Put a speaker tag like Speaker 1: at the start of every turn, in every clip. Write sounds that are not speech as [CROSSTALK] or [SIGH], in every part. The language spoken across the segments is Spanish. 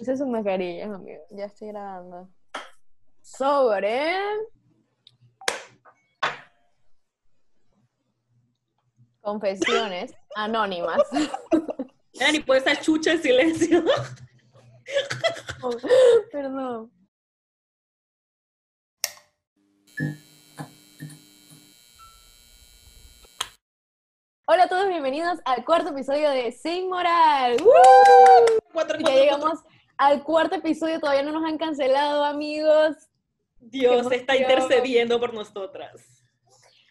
Speaker 1: Esas son mascarillas, amigos.
Speaker 2: Ya estoy grabando.
Speaker 1: Sobre.
Speaker 2: Confesiones [LAUGHS] anónimas.
Speaker 3: Era ni puede estar chucha en silencio.
Speaker 1: Perdón. Hola a todos, bienvenidos al cuarto episodio de Sin Moral. ¡Woo!
Speaker 3: Cuatro,
Speaker 1: Ya
Speaker 3: cuatro,
Speaker 1: llegamos al cuarto episodio, todavía no nos han cancelado, amigos.
Speaker 3: cuatro. Dios
Speaker 1: Qué
Speaker 3: está
Speaker 1: emoción.
Speaker 3: intercediendo por nosotras.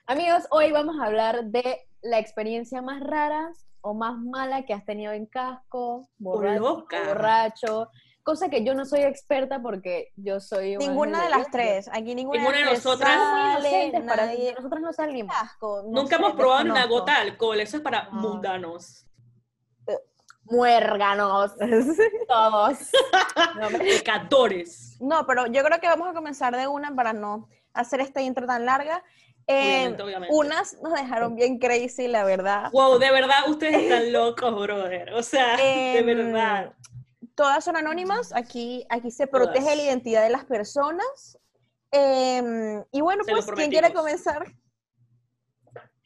Speaker 1: Amigos, hoy vamos a hablar de la experiencia más rara o más mala que has tenido en casco, borracho,
Speaker 3: loca.
Speaker 1: borracho, cosa que yo no soy experta porque yo soy un
Speaker 2: Ninguna
Speaker 1: ángel
Speaker 2: de
Speaker 1: Dios.
Speaker 2: las tres. Aquí ninguna,
Speaker 3: Ninguna de
Speaker 2: las tres
Speaker 3: nosotras.
Speaker 1: Somos muy
Speaker 2: sale,
Speaker 1: inocentes para-
Speaker 2: nadie.
Speaker 1: nosotros no salimos.
Speaker 2: Asco, no
Speaker 3: Nunca
Speaker 2: sé,
Speaker 3: hemos probado ni una
Speaker 2: desconozco.
Speaker 3: gota de alcohol, eso es para
Speaker 2: No.
Speaker 3: mundanos. [LAUGHS]
Speaker 1: Muérganos todos. [LAUGHS] No, me-
Speaker 3: Pecadores.
Speaker 2: No, pero yo creo que vamos a comenzar de una para no hacer esta intro tan larga. Eh,
Speaker 3: Obviamente, obviamente.
Speaker 2: unas nos dejaron bien crazy, la verdad.
Speaker 3: Wow, de verdad ustedes
Speaker 2: [LAUGHS]
Speaker 3: están locos, brother. O sea, de
Speaker 2: Em,
Speaker 3: verdad.
Speaker 2: Todas son anónimas. Aquí, aquí se
Speaker 3: Todas.
Speaker 2: protege la identidad de las personas. Em, y bueno,
Speaker 3: Se lo
Speaker 2: pues, ¿quién quiere
Speaker 3: prometimos.
Speaker 2: comenzar?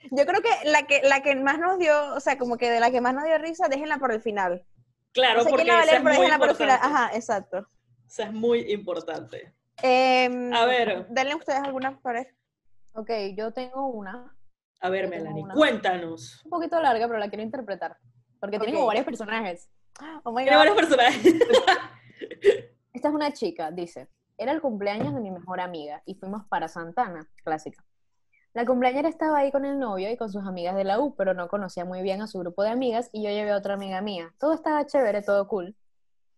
Speaker 2: Yo creo que la que la que más nos dio, o sea, como que de la que más nos dio risa, déjenla por el final.
Speaker 3: Claro,
Speaker 2: No sé
Speaker 3: porque
Speaker 2: quién la va a
Speaker 3: eso
Speaker 2: leer,
Speaker 3: es
Speaker 2: pero
Speaker 3: muy
Speaker 2: déjenla por el final.
Speaker 3: importante.
Speaker 2: Ajá, exacto.
Speaker 3: Eso es muy importante.
Speaker 2: Em,
Speaker 3: A ver.
Speaker 2: Denle ustedes algunas para
Speaker 1: ok, yo tengo una,
Speaker 3: A ver,
Speaker 1: Yo tengo
Speaker 3: Melanie,
Speaker 1: una.
Speaker 3: cuéntanos.
Speaker 1: un poquito larga, pero la quiero interpretar, porque tiene
Speaker 2: Ok.
Speaker 1: como varios personajes.
Speaker 2: Oh my
Speaker 3: Tiene
Speaker 2: God.
Speaker 3: varios personajes. [LAUGHS]
Speaker 1: Esta es una chica, dice, era el cumpleaños de mi mejor amiga y fuimos para Santana, clásica. La cumpleañera estaba ahí con el novio y con sus amigas de la U, pero no conocía muy bien a su grupo de amigas y yo llevé a otra amiga mía. Todo estaba chévere, todo cool.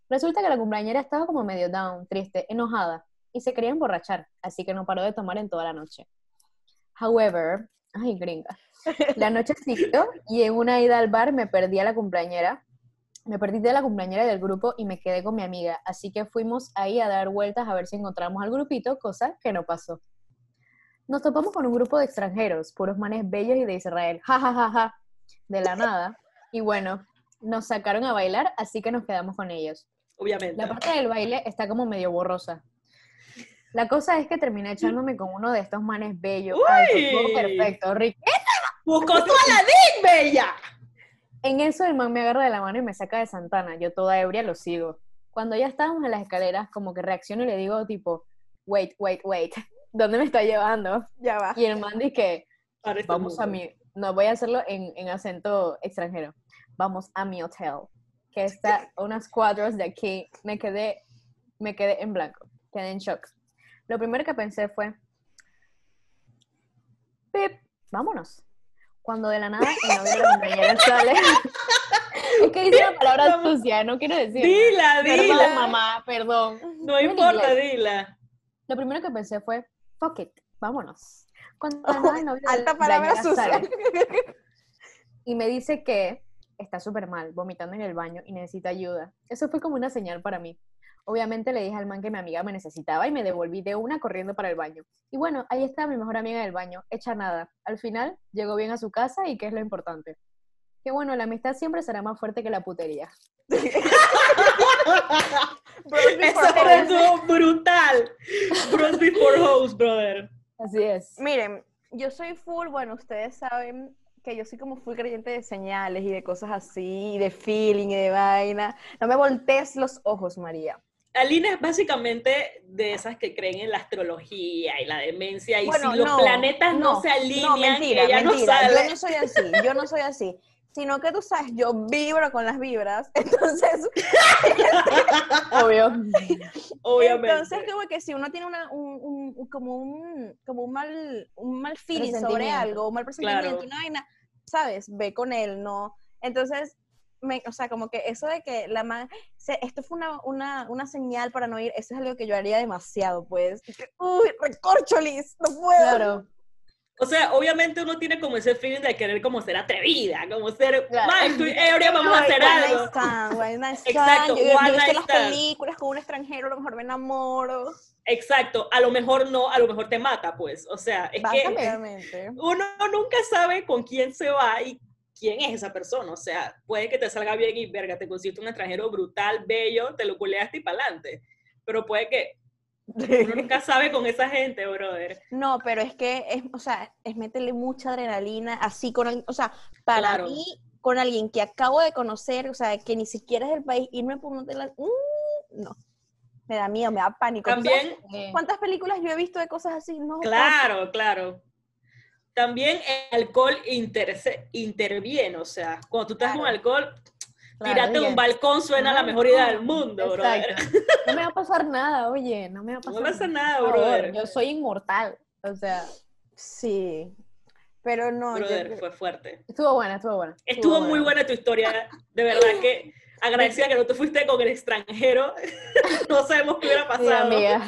Speaker 1: Resulta que la cumpleañera estaba como medio down, triste, enojada y se quería emborrachar, así que no paró de tomar en toda la noche. However, ay gringa, la noche siguió y en una ida al bar me perdí a la cumpleañera me perdí de la cumpleañera del grupo y me quedé con mi amiga, así que fuimos ahí a dar vueltas a ver si encontramos al grupito, cosa que no pasó. Nos topamos con un grupo de extranjeros, puros manes bellos y de Israel, ja, ja, ja, ja, de la nada. Y bueno, nos sacaron a bailar, así que nos quedamos con ellos.
Speaker 3: Obviamente.
Speaker 1: La parte del baile está como medio borrosa. La cosa es que terminé echándome con uno de estos manes bellos. Ay, todo
Speaker 3: Uy.
Speaker 1: perfecto, Rick.
Speaker 3: ¡Buscó su Aladín, bella!
Speaker 1: En eso el man me agarra de la mano y me saca de Santana. Yo toda ebria lo sigo. Cuando ya estábamos en las escaleras, como que reacciono y le digo tipo, wait, wait, wait, [LAUGHS] ¿dónde me está llevando?
Speaker 2: Ya
Speaker 3: [LAUGHS]
Speaker 2: va.
Speaker 1: Y el man dice que
Speaker 3: Para este
Speaker 1: vamos a
Speaker 3: mundo.
Speaker 1: mi, no voy a hacerlo en, en acento extranjero, vamos a mi hotel, que está a unas cuadras de aquí. Me quedé, me quedé en blanco, quedé en shock. Lo primero que pensé fue, pip, vámonos. Cuando de la nada el novio de la compañera sale. [LAUGHS] es que dice la palabra
Speaker 3: Vamos.
Speaker 1: sucia, no quiero decir.
Speaker 3: Dila,
Speaker 1: Perdón,
Speaker 3: dila.
Speaker 1: mamá, perdón.
Speaker 3: No
Speaker 1: en
Speaker 3: importa,
Speaker 1: inglés.
Speaker 3: dila.
Speaker 1: Lo primero que pensé fue, fuck it, vámonos.
Speaker 2: [LAUGHS]
Speaker 1: Cuando de la nada el novio de la
Speaker 2: Alta palabra
Speaker 1: compañera
Speaker 2: sucia.
Speaker 1: sale,
Speaker 2: [LAUGHS]
Speaker 1: y me dice que está súper mal, vomitando en el baño y necesita ayuda. Eso fue como una señal para mí. Obviamente le dije al man que mi amiga me necesitaba y me devolví de una corriendo para el baño. Y bueno, ahí estaba mi mejor amiga del baño, hecha nada. Al final llegó bien a su casa y que es lo importante. Que bueno, la amistad siempre será más fuerte que la putería.
Speaker 2: Bros
Speaker 3: Eso
Speaker 2: before hoes.
Speaker 3: estuvo brutal. Bros before hoes, brother.
Speaker 1: Así
Speaker 2: [LAUGHS]
Speaker 1: es.
Speaker 2: Miren, yo soy full, bueno, ustedes saben que yo soy como full creyente de señales y de cosas así, y de feeling y de vaina. No me voltees los ojos, María.
Speaker 3: Alina es básicamente de esas que creen en la astrología y la demencia y
Speaker 2: Bueno,
Speaker 3: si los
Speaker 2: no,
Speaker 3: planetas no, se alinean,
Speaker 2: No, mentira,
Speaker 3: ella no
Speaker 2: mentira.
Speaker 3: sale.
Speaker 2: yo no soy así, yo no soy así. Sino que tú sabes, yo vibro con las vibras, [LAUGHS] entonces
Speaker 1: Obvio.
Speaker 3: Obviamente.
Speaker 2: Entonces, como que si uno tiene una, un, un- un- como un, como un mal, un mal feeling sobre
Speaker 1: Presentimiento.
Speaker 2: algo, un mal presentimiento,
Speaker 3: Claro.
Speaker 2: una vaina, ¿sabes? Ve con él, ¿no? Entonces, me, o sea, como que eso de que la man, se- esto fue una, una, una señal para no ir, eso es algo que yo haría demasiado, pues. Y que, Uy, recorcholis, no puedo.
Speaker 1: Claro.
Speaker 3: O sea, obviamente uno tiene como ese feeling de querer como ser atrevida, como ser,
Speaker 1: Claro.
Speaker 3: "Ay, estoy ebria, vamos a
Speaker 2: Ay,
Speaker 3: hacer
Speaker 2: one night
Speaker 3: algo.
Speaker 2: stand,
Speaker 3: [LAUGHS]
Speaker 2: one night stand.
Speaker 3: Exacto,
Speaker 2: Yo, yo
Speaker 3: one
Speaker 2: he visto
Speaker 3: night
Speaker 2: las
Speaker 3: stand.
Speaker 2: películas con un extranjero, a lo mejor me enamoro.
Speaker 3: Exacto, a lo mejor no, a lo mejor te mata, pues. O sea, es que [LAUGHS]
Speaker 2: Básicamente.
Speaker 3: uno nunca sabe con quién se va y quién es esa persona. O sea, puede que te salga bien y verga, te consiste un extranjero brutal, bello, te lo culeaste y pa'lante. Pero puede que
Speaker 1: [LAUGHS]
Speaker 3: uno nunca sabe con esa gente, brother.
Speaker 2: No, pero es que es, o sea, es meterle mucha adrenalina así con alguien, o sea, para
Speaker 3: Claro.
Speaker 2: mí, con alguien que acabo de conocer, o sea, que ni siquiera es del país, irme por un hotel, mm, no. Me da miedo, me da pánico. ¿Tú
Speaker 3: También,
Speaker 1: Eh,
Speaker 2: sabes ¿Cuántas películas yo he visto de cosas así? No.
Speaker 3: claro, claro. También el alcohol interse- interviene, o sea, cuando tú estás
Speaker 2: Claro.
Speaker 3: con alcohol,
Speaker 1: Claro,
Speaker 3: tirarte de
Speaker 1: oye.
Speaker 3: un balcón suena la
Speaker 1: No,
Speaker 3: mejor idea
Speaker 1: no,
Speaker 3: del mundo, brother.
Speaker 1: Exacto. No me va a pasar nada, oye, no me va a
Speaker 3: No
Speaker 1: pasar
Speaker 3: pasa nada,
Speaker 1: Por favor,
Speaker 3: brother.
Speaker 1: Yo soy inmortal, o sea,
Speaker 2: Sí. Pero no, yo-
Speaker 3: Brother, fue fuerte.
Speaker 1: estuvo buena, estuvo buena.
Speaker 3: Estuvo muy buena tu historia, de verdad que agradecida que no te fuiste con el extranjero. [LAUGHS] no sabemos qué hubiera
Speaker 1: Sí,
Speaker 3: pasado.
Speaker 1: amiga.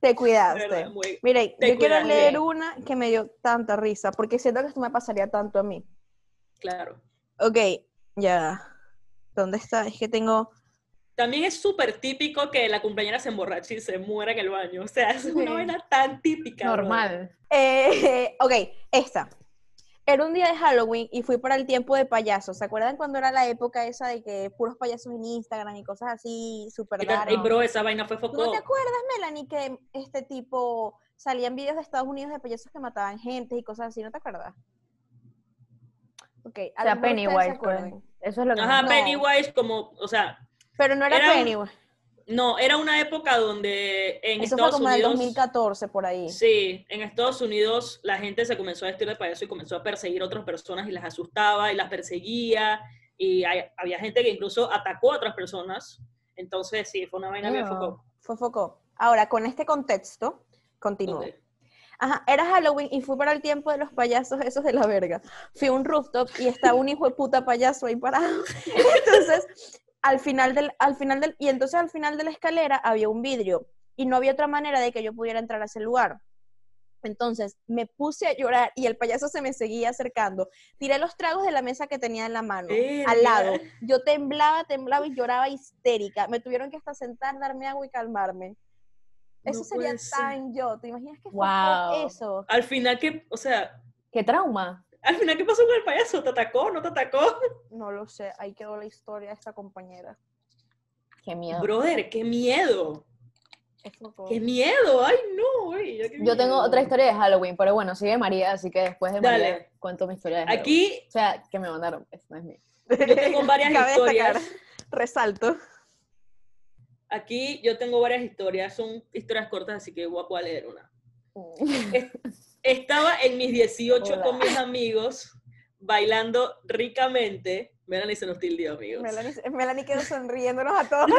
Speaker 2: te
Speaker 3: De
Speaker 2: cuidaste.
Speaker 3: verdad, muy-
Speaker 2: Mire,
Speaker 3: Te
Speaker 2: yo quiero
Speaker 3: cuidas
Speaker 2: leer
Speaker 1: bien.
Speaker 2: una que me dio tanta risa, porque siento que esto me pasaría tanto a mí.
Speaker 3: claro.
Speaker 2: Ok, ya. ¿Dónde está? Es que tengo...
Speaker 3: También es súper típico que la compañera se emborrache y se muera en el baño. O sea, es una
Speaker 1: Sí.
Speaker 3: vaina tan típica. brother.
Speaker 1: Normal.
Speaker 2: Eh, [LAUGHS] ok, esta. Era un día de Halloween y fui para el tiempo de payasos. ¿Se acuerdan cuando era la época esa de que puros payasos en Instagram y cosas así, súper
Speaker 3: Y ta-
Speaker 2: raras?
Speaker 3: y bro, esa vaina fue
Speaker 2: ¿Tú
Speaker 3: foco.
Speaker 2: no te acuerdas, Melanie, que este tipo salían videos de Estados Unidos de payasos que mataban gente y cosas así? ¿No te acuerdas? Ok, a
Speaker 1: O
Speaker 2: lo
Speaker 1: sea,
Speaker 2: mejor ustedes se
Speaker 1: Pennywise, pues.
Speaker 2: acuerdan.
Speaker 1: Eso es lo que
Speaker 3: Ajá,
Speaker 2: No.
Speaker 3: Pennywise como, o sea,
Speaker 2: Pero no era,
Speaker 3: Era un-
Speaker 2: Pennywise.
Speaker 3: no, era una época donde en
Speaker 2: Eso fue
Speaker 3: Estados
Speaker 2: como en el
Speaker 3: Unidos...
Speaker 2: 2014, por ahí.
Speaker 3: Sí, en Estados Unidos la gente se comenzó a vestir de payaso y comenzó a perseguir a otras personas y las asustaba y las perseguía y hay- había gente que incluso atacó a otras personas. Entonces, sí, fue una vaina que
Speaker 1: Ah.
Speaker 3: foco.
Speaker 2: Fue foco. Ahora, con este contexto, continúo.
Speaker 3: Ok.
Speaker 2: Ajá, era Halloween y fui para el tiempo de los payasos esos de la verga. Fui a un rooftop y estaba un hijo de puta payaso
Speaker 3: [LAUGHS]
Speaker 2: ahí parado. Entonces, al final del, al final del, y entonces al final de la escalera había un vidrio y no había otra manera de que yo pudiera entrar a ese lugar. Entonces me puse a llorar y el payaso se me seguía acercando. Tiré los tragos de la mesa que tenía en la mano, al
Speaker 3: Verga.
Speaker 2: lado. Yo temblaba, temblaba y lloraba histérica. Me tuvieron que hasta sentar, darme agua y calmarme. Eso
Speaker 3: No
Speaker 2: sería
Speaker 3: puede ser.
Speaker 2: tan yo. ¿Te imaginas que fue
Speaker 1: Guau.
Speaker 2: eso?
Speaker 3: Al final, ¿qué, o sea,
Speaker 1: Qué trauma.
Speaker 3: al final, ¿qué pasó con el payaso? ¿Te atacó? ¿No te atacó?
Speaker 2: No lo sé, ahí quedó la historia de esta compañera.
Speaker 1: Qué miedo.
Speaker 3: Brother, qué miedo.
Speaker 2: Es foco.
Speaker 3: Qué miedo. Ay, no, güey. ya qué
Speaker 1: Yo tengo
Speaker 3: miedo.
Speaker 1: otra historia de Halloween, pero bueno, sigue María, así que después de María
Speaker 3: Dale.
Speaker 1: cuento mi historia de Halloween.
Speaker 3: Aquí
Speaker 1: O sea, que me mandaron, pues, no es mío.
Speaker 3: yo
Speaker 1: [LAUGHS]
Speaker 2: [LAUGHS]
Speaker 3: tengo varias
Speaker 2: Cabe
Speaker 3: historias.
Speaker 2: destacar, resalto.
Speaker 3: Aquí yo tengo varias historias. Son historias cortas, así que voy a- voy a leer una. Estaba en mis 18
Speaker 1: Hola.
Speaker 3: con mis amigos, bailando ricamente. Melanie se nos tildió, amigos. Melanie.
Speaker 2: Melanie, Melanie quedó sonriéndonos a
Speaker 3: [LAUGHS]
Speaker 2: todos.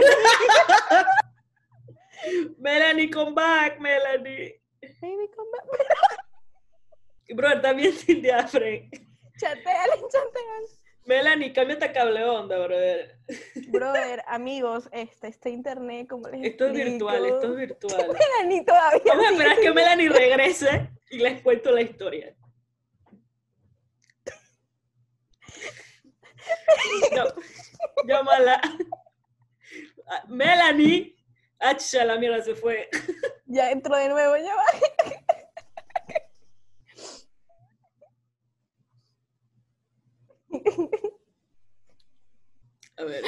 Speaker 3: come back, Melanie.
Speaker 2: Baby, come back.
Speaker 3: Y, Brother, también tilde a Frank.
Speaker 2: [LAUGHS] Chateale, chateale.
Speaker 3: Melanie, cámbiate a cable onda, brother.
Speaker 2: Brother, amigos, este, este internet, como les
Speaker 3: Esto es
Speaker 2: explico?
Speaker 3: virtual, esto es virtual.
Speaker 2: [LAUGHS] Melanie todavía.
Speaker 3: Vamos a
Speaker 2: sigue
Speaker 3: esperar que
Speaker 2: sin-
Speaker 3: Melanie regrese y les cuento la historia. No, llámala. Ah, Melanie. Ah, chicha, la mierda se fue.
Speaker 2: Ya entró de nuevo, ya va.
Speaker 3: A [LAUGHS] ver.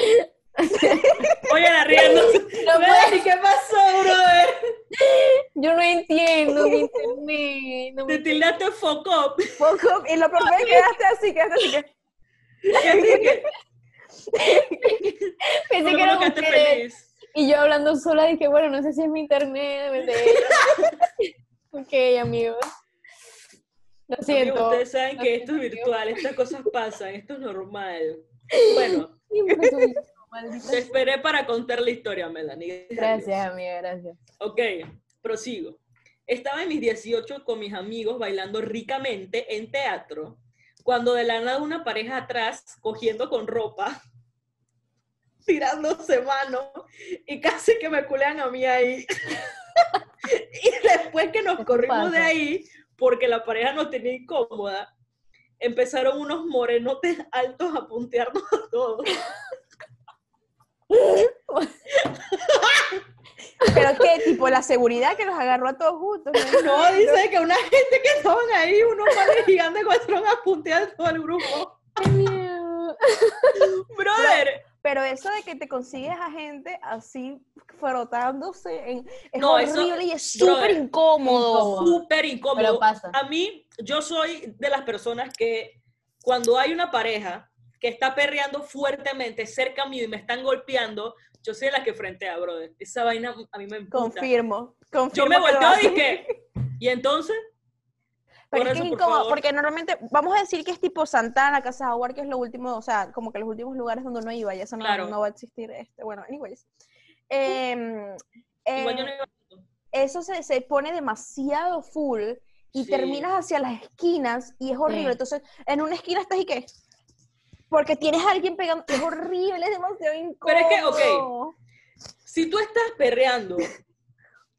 Speaker 3: Oye, la riéndose. Melanie, ¿qué pasó, brother?
Speaker 1: [LAUGHS] Yo no entiendo
Speaker 3: [LAUGHS]
Speaker 1: mi internet. No
Speaker 3: Te
Speaker 1: me
Speaker 3: tildaste fuck [LAUGHS] up.
Speaker 2: Poco, y lo peor fue que quedaste así, quedaste así que.
Speaker 1: pensé
Speaker 3: Pensé
Speaker 1: que era
Speaker 3: que esté
Speaker 1: mujeres.
Speaker 3: feliz.
Speaker 1: Y yo hablando sola dije, bueno, no sé si es mi internet. me sé. ok, amigos. Lo
Speaker 3: Amigos,
Speaker 1: siento.
Speaker 3: ustedes saben
Speaker 1: Lo
Speaker 3: que esto es
Speaker 1: siento.
Speaker 3: virtual, estas cosas pasan, esto es normal. Bueno,
Speaker 1: Siempre soy yo, maldita
Speaker 3: te esperé para contar la historia, Melanie.
Speaker 1: Gracias, amiga, gracias.
Speaker 3: Ok, prosigo. Estaba en mis 18 con mis amigos bailando ricamente en teatro, cuando de la nada una pareja atrás, cogiendo con ropa, [LAUGHS] tirándose mano, y casi que me culean a mí ahí. [LAUGHS] y después que nos
Speaker 1: Eso
Speaker 3: corrimos de
Speaker 1: pasa.
Speaker 3: ahí, porque la pareja nos tenía incómoda, empezaron unos morenotes altos a puntearnos a todos.
Speaker 2: Pero qué tipo, la seguridad que los agarró a todos juntos.
Speaker 3: [LAUGHS] No, dice que una gente que estaban ahí, unos males gigantes comenzaron a puntear a todo el grupo.
Speaker 1: Qué miedo.
Speaker 3: Brother,
Speaker 2: Pero eso de que te consigues a gente así frotándose en, es
Speaker 3: No, eso-
Speaker 2: horrible y es
Speaker 3: brother,
Speaker 2: súper incómodo.
Speaker 3: súper incómodo.
Speaker 1: Pero pasa.
Speaker 3: A mí, yo soy de las personas que cuando hay una pareja que está perreando fuertemente cerca mío y me están golpeando, yo soy de las que frentea, brother. Esa vaina a mí me emputa.
Speaker 2: Confirmo, confirmo.
Speaker 3: Yo me
Speaker 2: que lo
Speaker 3: volteo y
Speaker 2: hacen.
Speaker 3: dije, ¿y entonces?
Speaker 2: [LAUGHS] Pero
Speaker 3: Por
Speaker 2: es que
Speaker 3: eso,
Speaker 2: es
Speaker 3: por
Speaker 2: incómodo,
Speaker 3: favor.
Speaker 2: porque normalmente, vamos a decir que es tipo Santana, Casa Jaguar, que es lo último, o sea, como que los últimos lugares donde uno iba, ya eso no,
Speaker 3: Claro.
Speaker 2: no va a existir. Este, bueno, anyways. Em,
Speaker 3: Igual yo
Speaker 2: em,
Speaker 3: no iba
Speaker 2: eso se, se pone demasiado full y
Speaker 3: Sí. Mm.
Speaker 2: terminas hacia las esquinas y es horrible.
Speaker 1: Sí.
Speaker 2: Entonces, en una esquina estás y qué? Porque tienes a alguien pegando. Es horrible, es demasiado incómodo.
Speaker 3: Pero es que, ok, si tú estás perreando,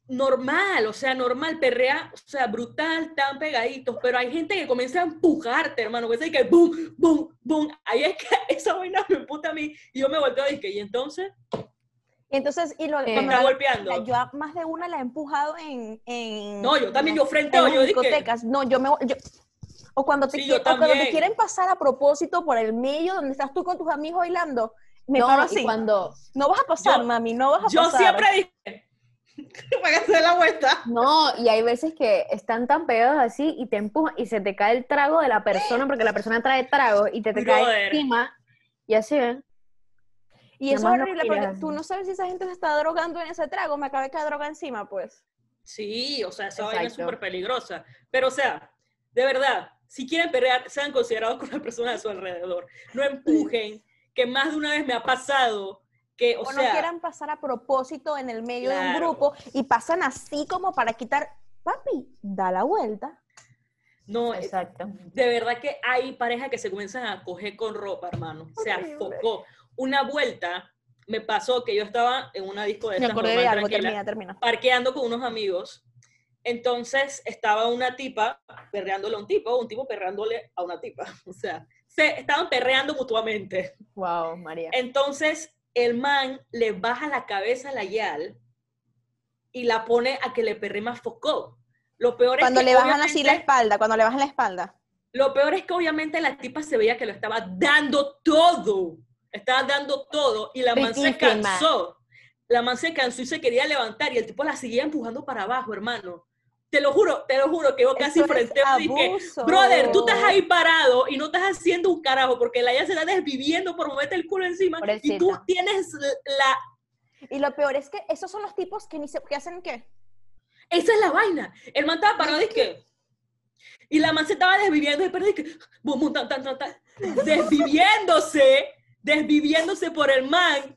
Speaker 3: normal, o sea, normal, perrea, o sea, brutal, tan pegaditos, pero hay gente que comienza a empujarte, hermano, que es que boom, boom, boom, ahí es que [LAUGHS] esa vaina me emputa a mí, y yo me volteo y dije, ¿y entonces?
Speaker 2: Y entonces, y lo,
Speaker 1: Sí.
Speaker 3: Me
Speaker 2: cuando
Speaker 3: está
Speaker 2: la-
Speaker 3: golpeando.
Speaker 2: la- yo a más de una la he empujado en. en
Speaker 3: no, yo también, yo
Speaker 2: en
Speaker 3: frenteo,
Speaker 2: las
Speaker 3: yo dije,
Speaker 2: discotecas. No, yo me. yo- o cuando, te,
Speaker 3: Sí,
Speaker 2: quie-
Speaker 3: yo
Speaker 2: o cuando te
Speaker 3: también.
Speaker 2: quieren pasar a propósito por el medio donde estás tú con tus amigos bailando, me
Speaker 1: no,
Speaker 2: paro
Speaker 1: y
Speaker 2: así.
Speaker 1: cuando...
Speaker 2: No vas a pasar,
Speaker 3: Yo-
Speaker 2: mami, no vas a
Speaker 3: yo
Speaker 2: pasar.
Speaker 3: siempre dije, [LAUGHS] para hacer la vuelta.
Speaker 1: No, y hay veces que están tan pegados así y te empujan y se te cae el trago de la persona porque la persona trae trago y te, te cae
Speaker 3: Brother.
Speaker 1: encima y así, ¿eh?
Speaker 2: Y
Speaker 1: Nada
Speaker 2: eso
Speaker 1: más
Speaker 2: es
Speaker 1: no
Speaker 2: horrible
Speaker 1: giras.
Speaker 2: porque tú no sabes si esa gente se está drogando en ese trago, me acaba de caer droga encima, pues.
Speaker 3: Sí, o sea, esa vaina es
Speaker 1: Exacto.
Speaker 3: súper peligrosa. Pero, o sea, de verdad, si quieren pelear, sean considerados con las [LAUGHS] personas a su alrededor. No empujen, que más de una vez me ha pasado que, o,
Speaker 2: O,
Speaker 3: sea,
Speaker 2: no quieran pasar a propósito en el medio de un
Speaker 3: Claro.
Speaker 2: grupo y pasan así como para quitar, papi, da la vuelta.
Speaker 3: no, eh,
Speaker 1: Exacto.
Speaker 3: de verdad que hay parejas que se comienzan a coger con ropa, hermano. Se
Speaker 2: Horrible.
Speaker 3: afocó. Una vuelta me pasó que yo estaba en una disco de
Speaker 2: Me
Speaker 3: esas
Speaker 2: acordé de
Speaker 3: normal,
Speaker 2: algo,
Speaker 3: tranquila,
Speaker 2: termina, termina.
Speaker 3: parqueando con unos amigos. Entonces estaba una tipa perreándole a un tipo, un tipo perreándole a una tipa. [LAUGHS] O sea, se estaban perreando mutuamente.
Speaker 1: Wow, María.
Speaker 3: Eh, Entonces el man le baja la cabeza a la Yal y la pone a que le perre más foco. Lo peor
Speaker 2: Cuando
Speaker 3: es que
Speaker 2: le bajan así la
Speaker 3: obviamente-
Speaker 2: espalda, cuando le bajan la espalda.
Speaker 3: lo peor es que obviamente la tipa se veía que lo estaba dando todo. Estaba dando todo y la man se
Speaker 1: Riquísima.
Speaker 3: cansó. La man se cansó y se quería levantar y el tipo la seguía empujando para abajo, hermano. Te lo juro, te lo juro que yo casi
Speaker 2: Eso es
Speaker 3: frenteo y dije,
Speaker 2: abuso.
Speaker 3: brother, tú estás ahí parado y no estás haciendo un carajo porque la ya se está desviviendo por moverte el culo encima y tú
Speaker 1: Pobrecita.
Speaker 3: tienes la...
Speaker 2: Y lo peor es que esos son los tipos que, ni se, que hacen qué.
Speaker 3: Esa es la vaina. El man estaba parado y que... Y la man se estaba desviviendo y perdí que... bum, bum, tan, tan, tan, tan, desviviéndose, desviviéndose por el man.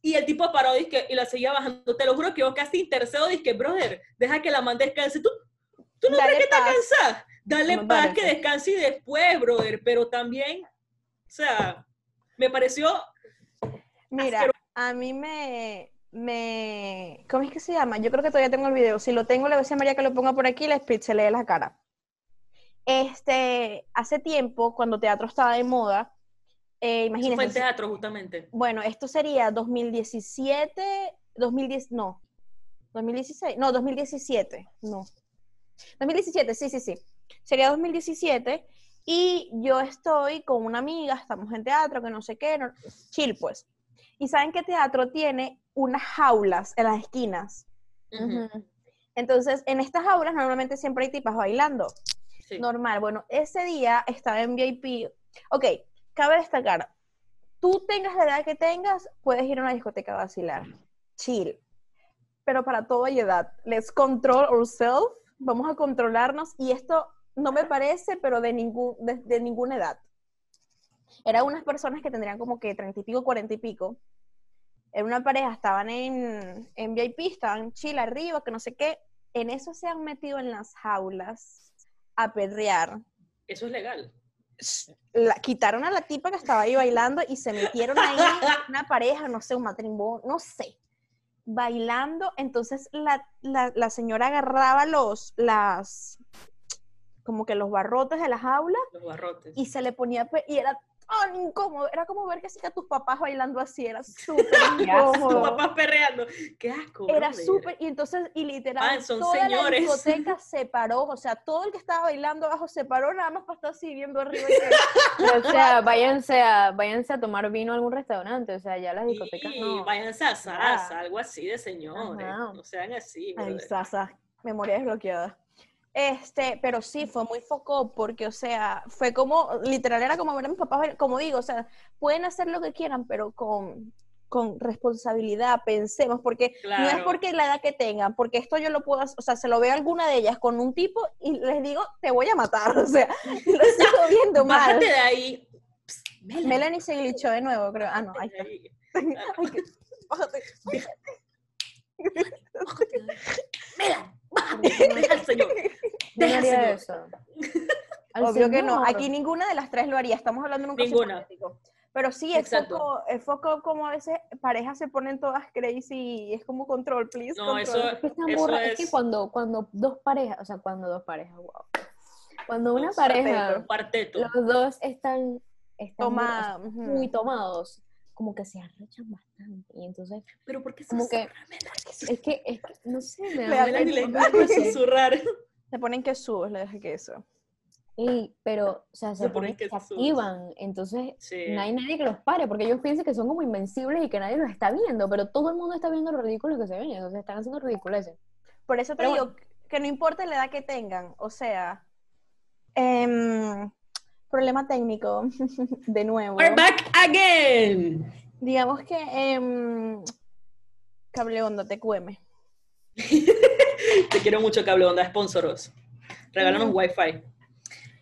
Speaker 3: Y el tipo paró disque, y la seguía bajando. Te lo juro que yo casi intercedo. Dije, brother, deja que la man descanse. Tú, tú no
Speaker 2: Dale
Speaker 3: crees que está
Speaker 2: paz.
Speaker 3: cansada. Dale
Speaker 1: No,
Speaker 3: paz,
Speaker 1: dale
Speaker 3: que
Speaker 1: paz.
Speaker 3: descanse y después, brother. Pero también, o sea, me pareció
Speaker 2: Mira, a mí me, me. ¿Cómo es que se llama? Yo creo que todavía tengo el video. Si lo tengo, le voy a decir a María que lo ponga por aquí y le se lee la cara. Este, hace tiempo, cuando teatro estaba de moda, eh,
Speaker 3: fue en
Speaker 2: imagínense.
Speaker 3: teatro, justamente.
Speaker 2: Bueno, esto sería 2017, 2010, no. 2016, no, 2017, no. 2017, sí, sí, sí. Sería 2017 y yo estoy con una amiga, estamos en teatro, que no sé qué, no- chill pues. Y saben que teatro tiene unas jaulas en las esquinas.
Speaker 3: Ujú,
Speaker 2: Entonces, en estas jaulas normalmente siempre hay tipas bailando.
Speaker 3: sí.
Speaker 2: Normal. Bueno, ese día estaba en VIP. Ok, cabe destacar, tú tengas la edad que tengas, puedes ir a una discoteca a vacilar. Chill. Pero para toda edad, let's control ourselves. Vamos a controlarnos. Y esto no me parece, pero de, ningún, de, de ninguna edad. Eran unas personas que tendrían como que 30 y pico, 40 y pico. Era una pareja, estaban en, en VIP, estaban chill arriba, que no sé qué. En eso se han metido en las jaulas a perrear
Speaker 3: Eso es legal.
Speaker 2: la- quitaron a la tipa que estaba ahí bailando y se metieron
Speaker 3: [LAUGHS]
Speaker 2: ahí una pareja, no sé, un matrimonio, no sé, bailando. Entonces la, la- la señora agarraba los, las, como que los barrotes de la jaula
Speaker 3: Los barrotes.
Speaker 2: y se le ponía, pe- y era tan incómodo. Era como ver que sí que a tus papás bailando así,
Speaker 3: [LAUGHS]
Speaker 2: era súper
Speaker 3: Tus
Speaker 2: incómodo.
Speaker 3: papás perreando. Qué asco.
Speaker 2: Era
Speaker 3: brother.
Speaker 2: súper, y entonces, y literal,
Speaker 3: Ah, son
Speaker 2: toda
Speaker 3: señores.
Speaker 2: la discoteca se paró, o sea, todo el que estaba bailando abajo se paró, nada más para estar así viendo arriba. y que-
Speaker 1: O sea, váyanse a, váyanse a tomar vino a algún restaurante, o sea, ya las discotecas
Speaker 3: Y
Speaker 1: no.
Speaker 3: váyanse a Sarasa,
Speaker 2: Ah.
Speaker 3: algo así de señores.
Speaker 1: Ajá.
Speaker 3: No sean así.
Speaker 2: Ay,
Speaker 3: brother.
Speaker 2: Sasa, memoria desbloqueada. Este, pero sí, fue muy foco porque, o sea, fue como, literal, era como ver a mis papás, bail- como digo, o sea, pueden hacer lo que quieran, pero con, con responsabilidad, pensemos, porque No es
Speaker 3: Claro.
Speaker 2: porque la edad que tengan, porque esto yo lo puedo, hacer, o sea, se lo veo a alguna de ellas con un tipo y les digo, te voy a matar, [LAUGHS] o sea, lo sigo viendo mal.
Speaker 3: [LAUGHS] Bájate de ahí. Psst, Melanie,
Speaker 2: Melanie se glitchó de nuevo, creo. Ah, no, ahí
Speaker 3: bájate de
Speaker 2: está.
Speaker 3: ahí.
Speaker 2: [LAUGHS] Ay, qué- bájate.
Speaker 3: Melanie, bájate. Deja al señor.
Speaker 1: Yo no haría
Speaker 3: déjaselo.
Speaker 1: eso. [LAUGHS] Al
Speaker 2: Obvio que no,
Speaker 1: señor.
Speaker 2: aquí ninguna de las tres lo haría, estamos hablando de un caso
Speaker 3: Ninguna.
Speaker 2: hipotético. Pero sí, es
Speaker 3: Exacto.
Speaker 2: foco, es foco como a veces parejas se ponen todas crazy y es como control, please.
Speaker 3: No,
Speaker 2: control.
Speaker 3: eso,
Speaker 1: Es que esta
Speaker 3: eso
Speaker 1: burra-
Speaker 3: es,
Speaker 1: es que cuando, cuando dos parejas, o sea, cuando dos parejas, wow. Cuando una
Speaker 3: Dos
Speaker 1: pareja,
Speaker 3: un cuarteto.
Speaker 1: los dos están, están
Speaker 2: Toma,
Speaker 1: muy,
Speaker 2: ujú.
Speaker 1: muy tomados, como que se arrochan bastante. Y entonces,
Speaker 3: Pero ¿por qué
Speaker 1: como que-
Speaker 3: susurra, Melanie?
Speaker 1: es que, es que no sé, me
Speaker 2: Le
Speaker 1: da
Speaker 2: dan
Speaker 3: Melanie le
Speaker 1: pena. [LAUGHS]
Speaker 3: encanta
Speaker 1: Sí.
Speaker 3: susurrar.
Speaker 2: se ponen que subes, le deje que eso.
Speaker 1: Y- pero, o sea, se,
Speaker 3: Se
Speaker 1: ponen,
Speaker 3: ponen
Speaker 1: se
Speaker 3: quesos.
Speaker 1: activan, entonces
Speaker 3: Sí.
Speaker 1: no hay nadie que los pare, porque ellos piensan que son como invencibles y que nadie los está viendo, pero todo el mundo está viendo lo ridículo que se ven, entonces están haciendo ridiculeces.
Speaker 2: Por eso te
Speaker 1: Pero
Speaker 2: digo que no importa la edad que tengan, o sea, em, problema técnico, [LAUGHS] de nuevo.
Speaker 3: We're back again.
Speaker 2: Digamos que em, cable onda, te cueme.
Speaker 3: Te quiero mucho, Cable Onda, sponsoros. Regálanos
Speaker 2: Mm.
Speaker 3: Wi-Fi.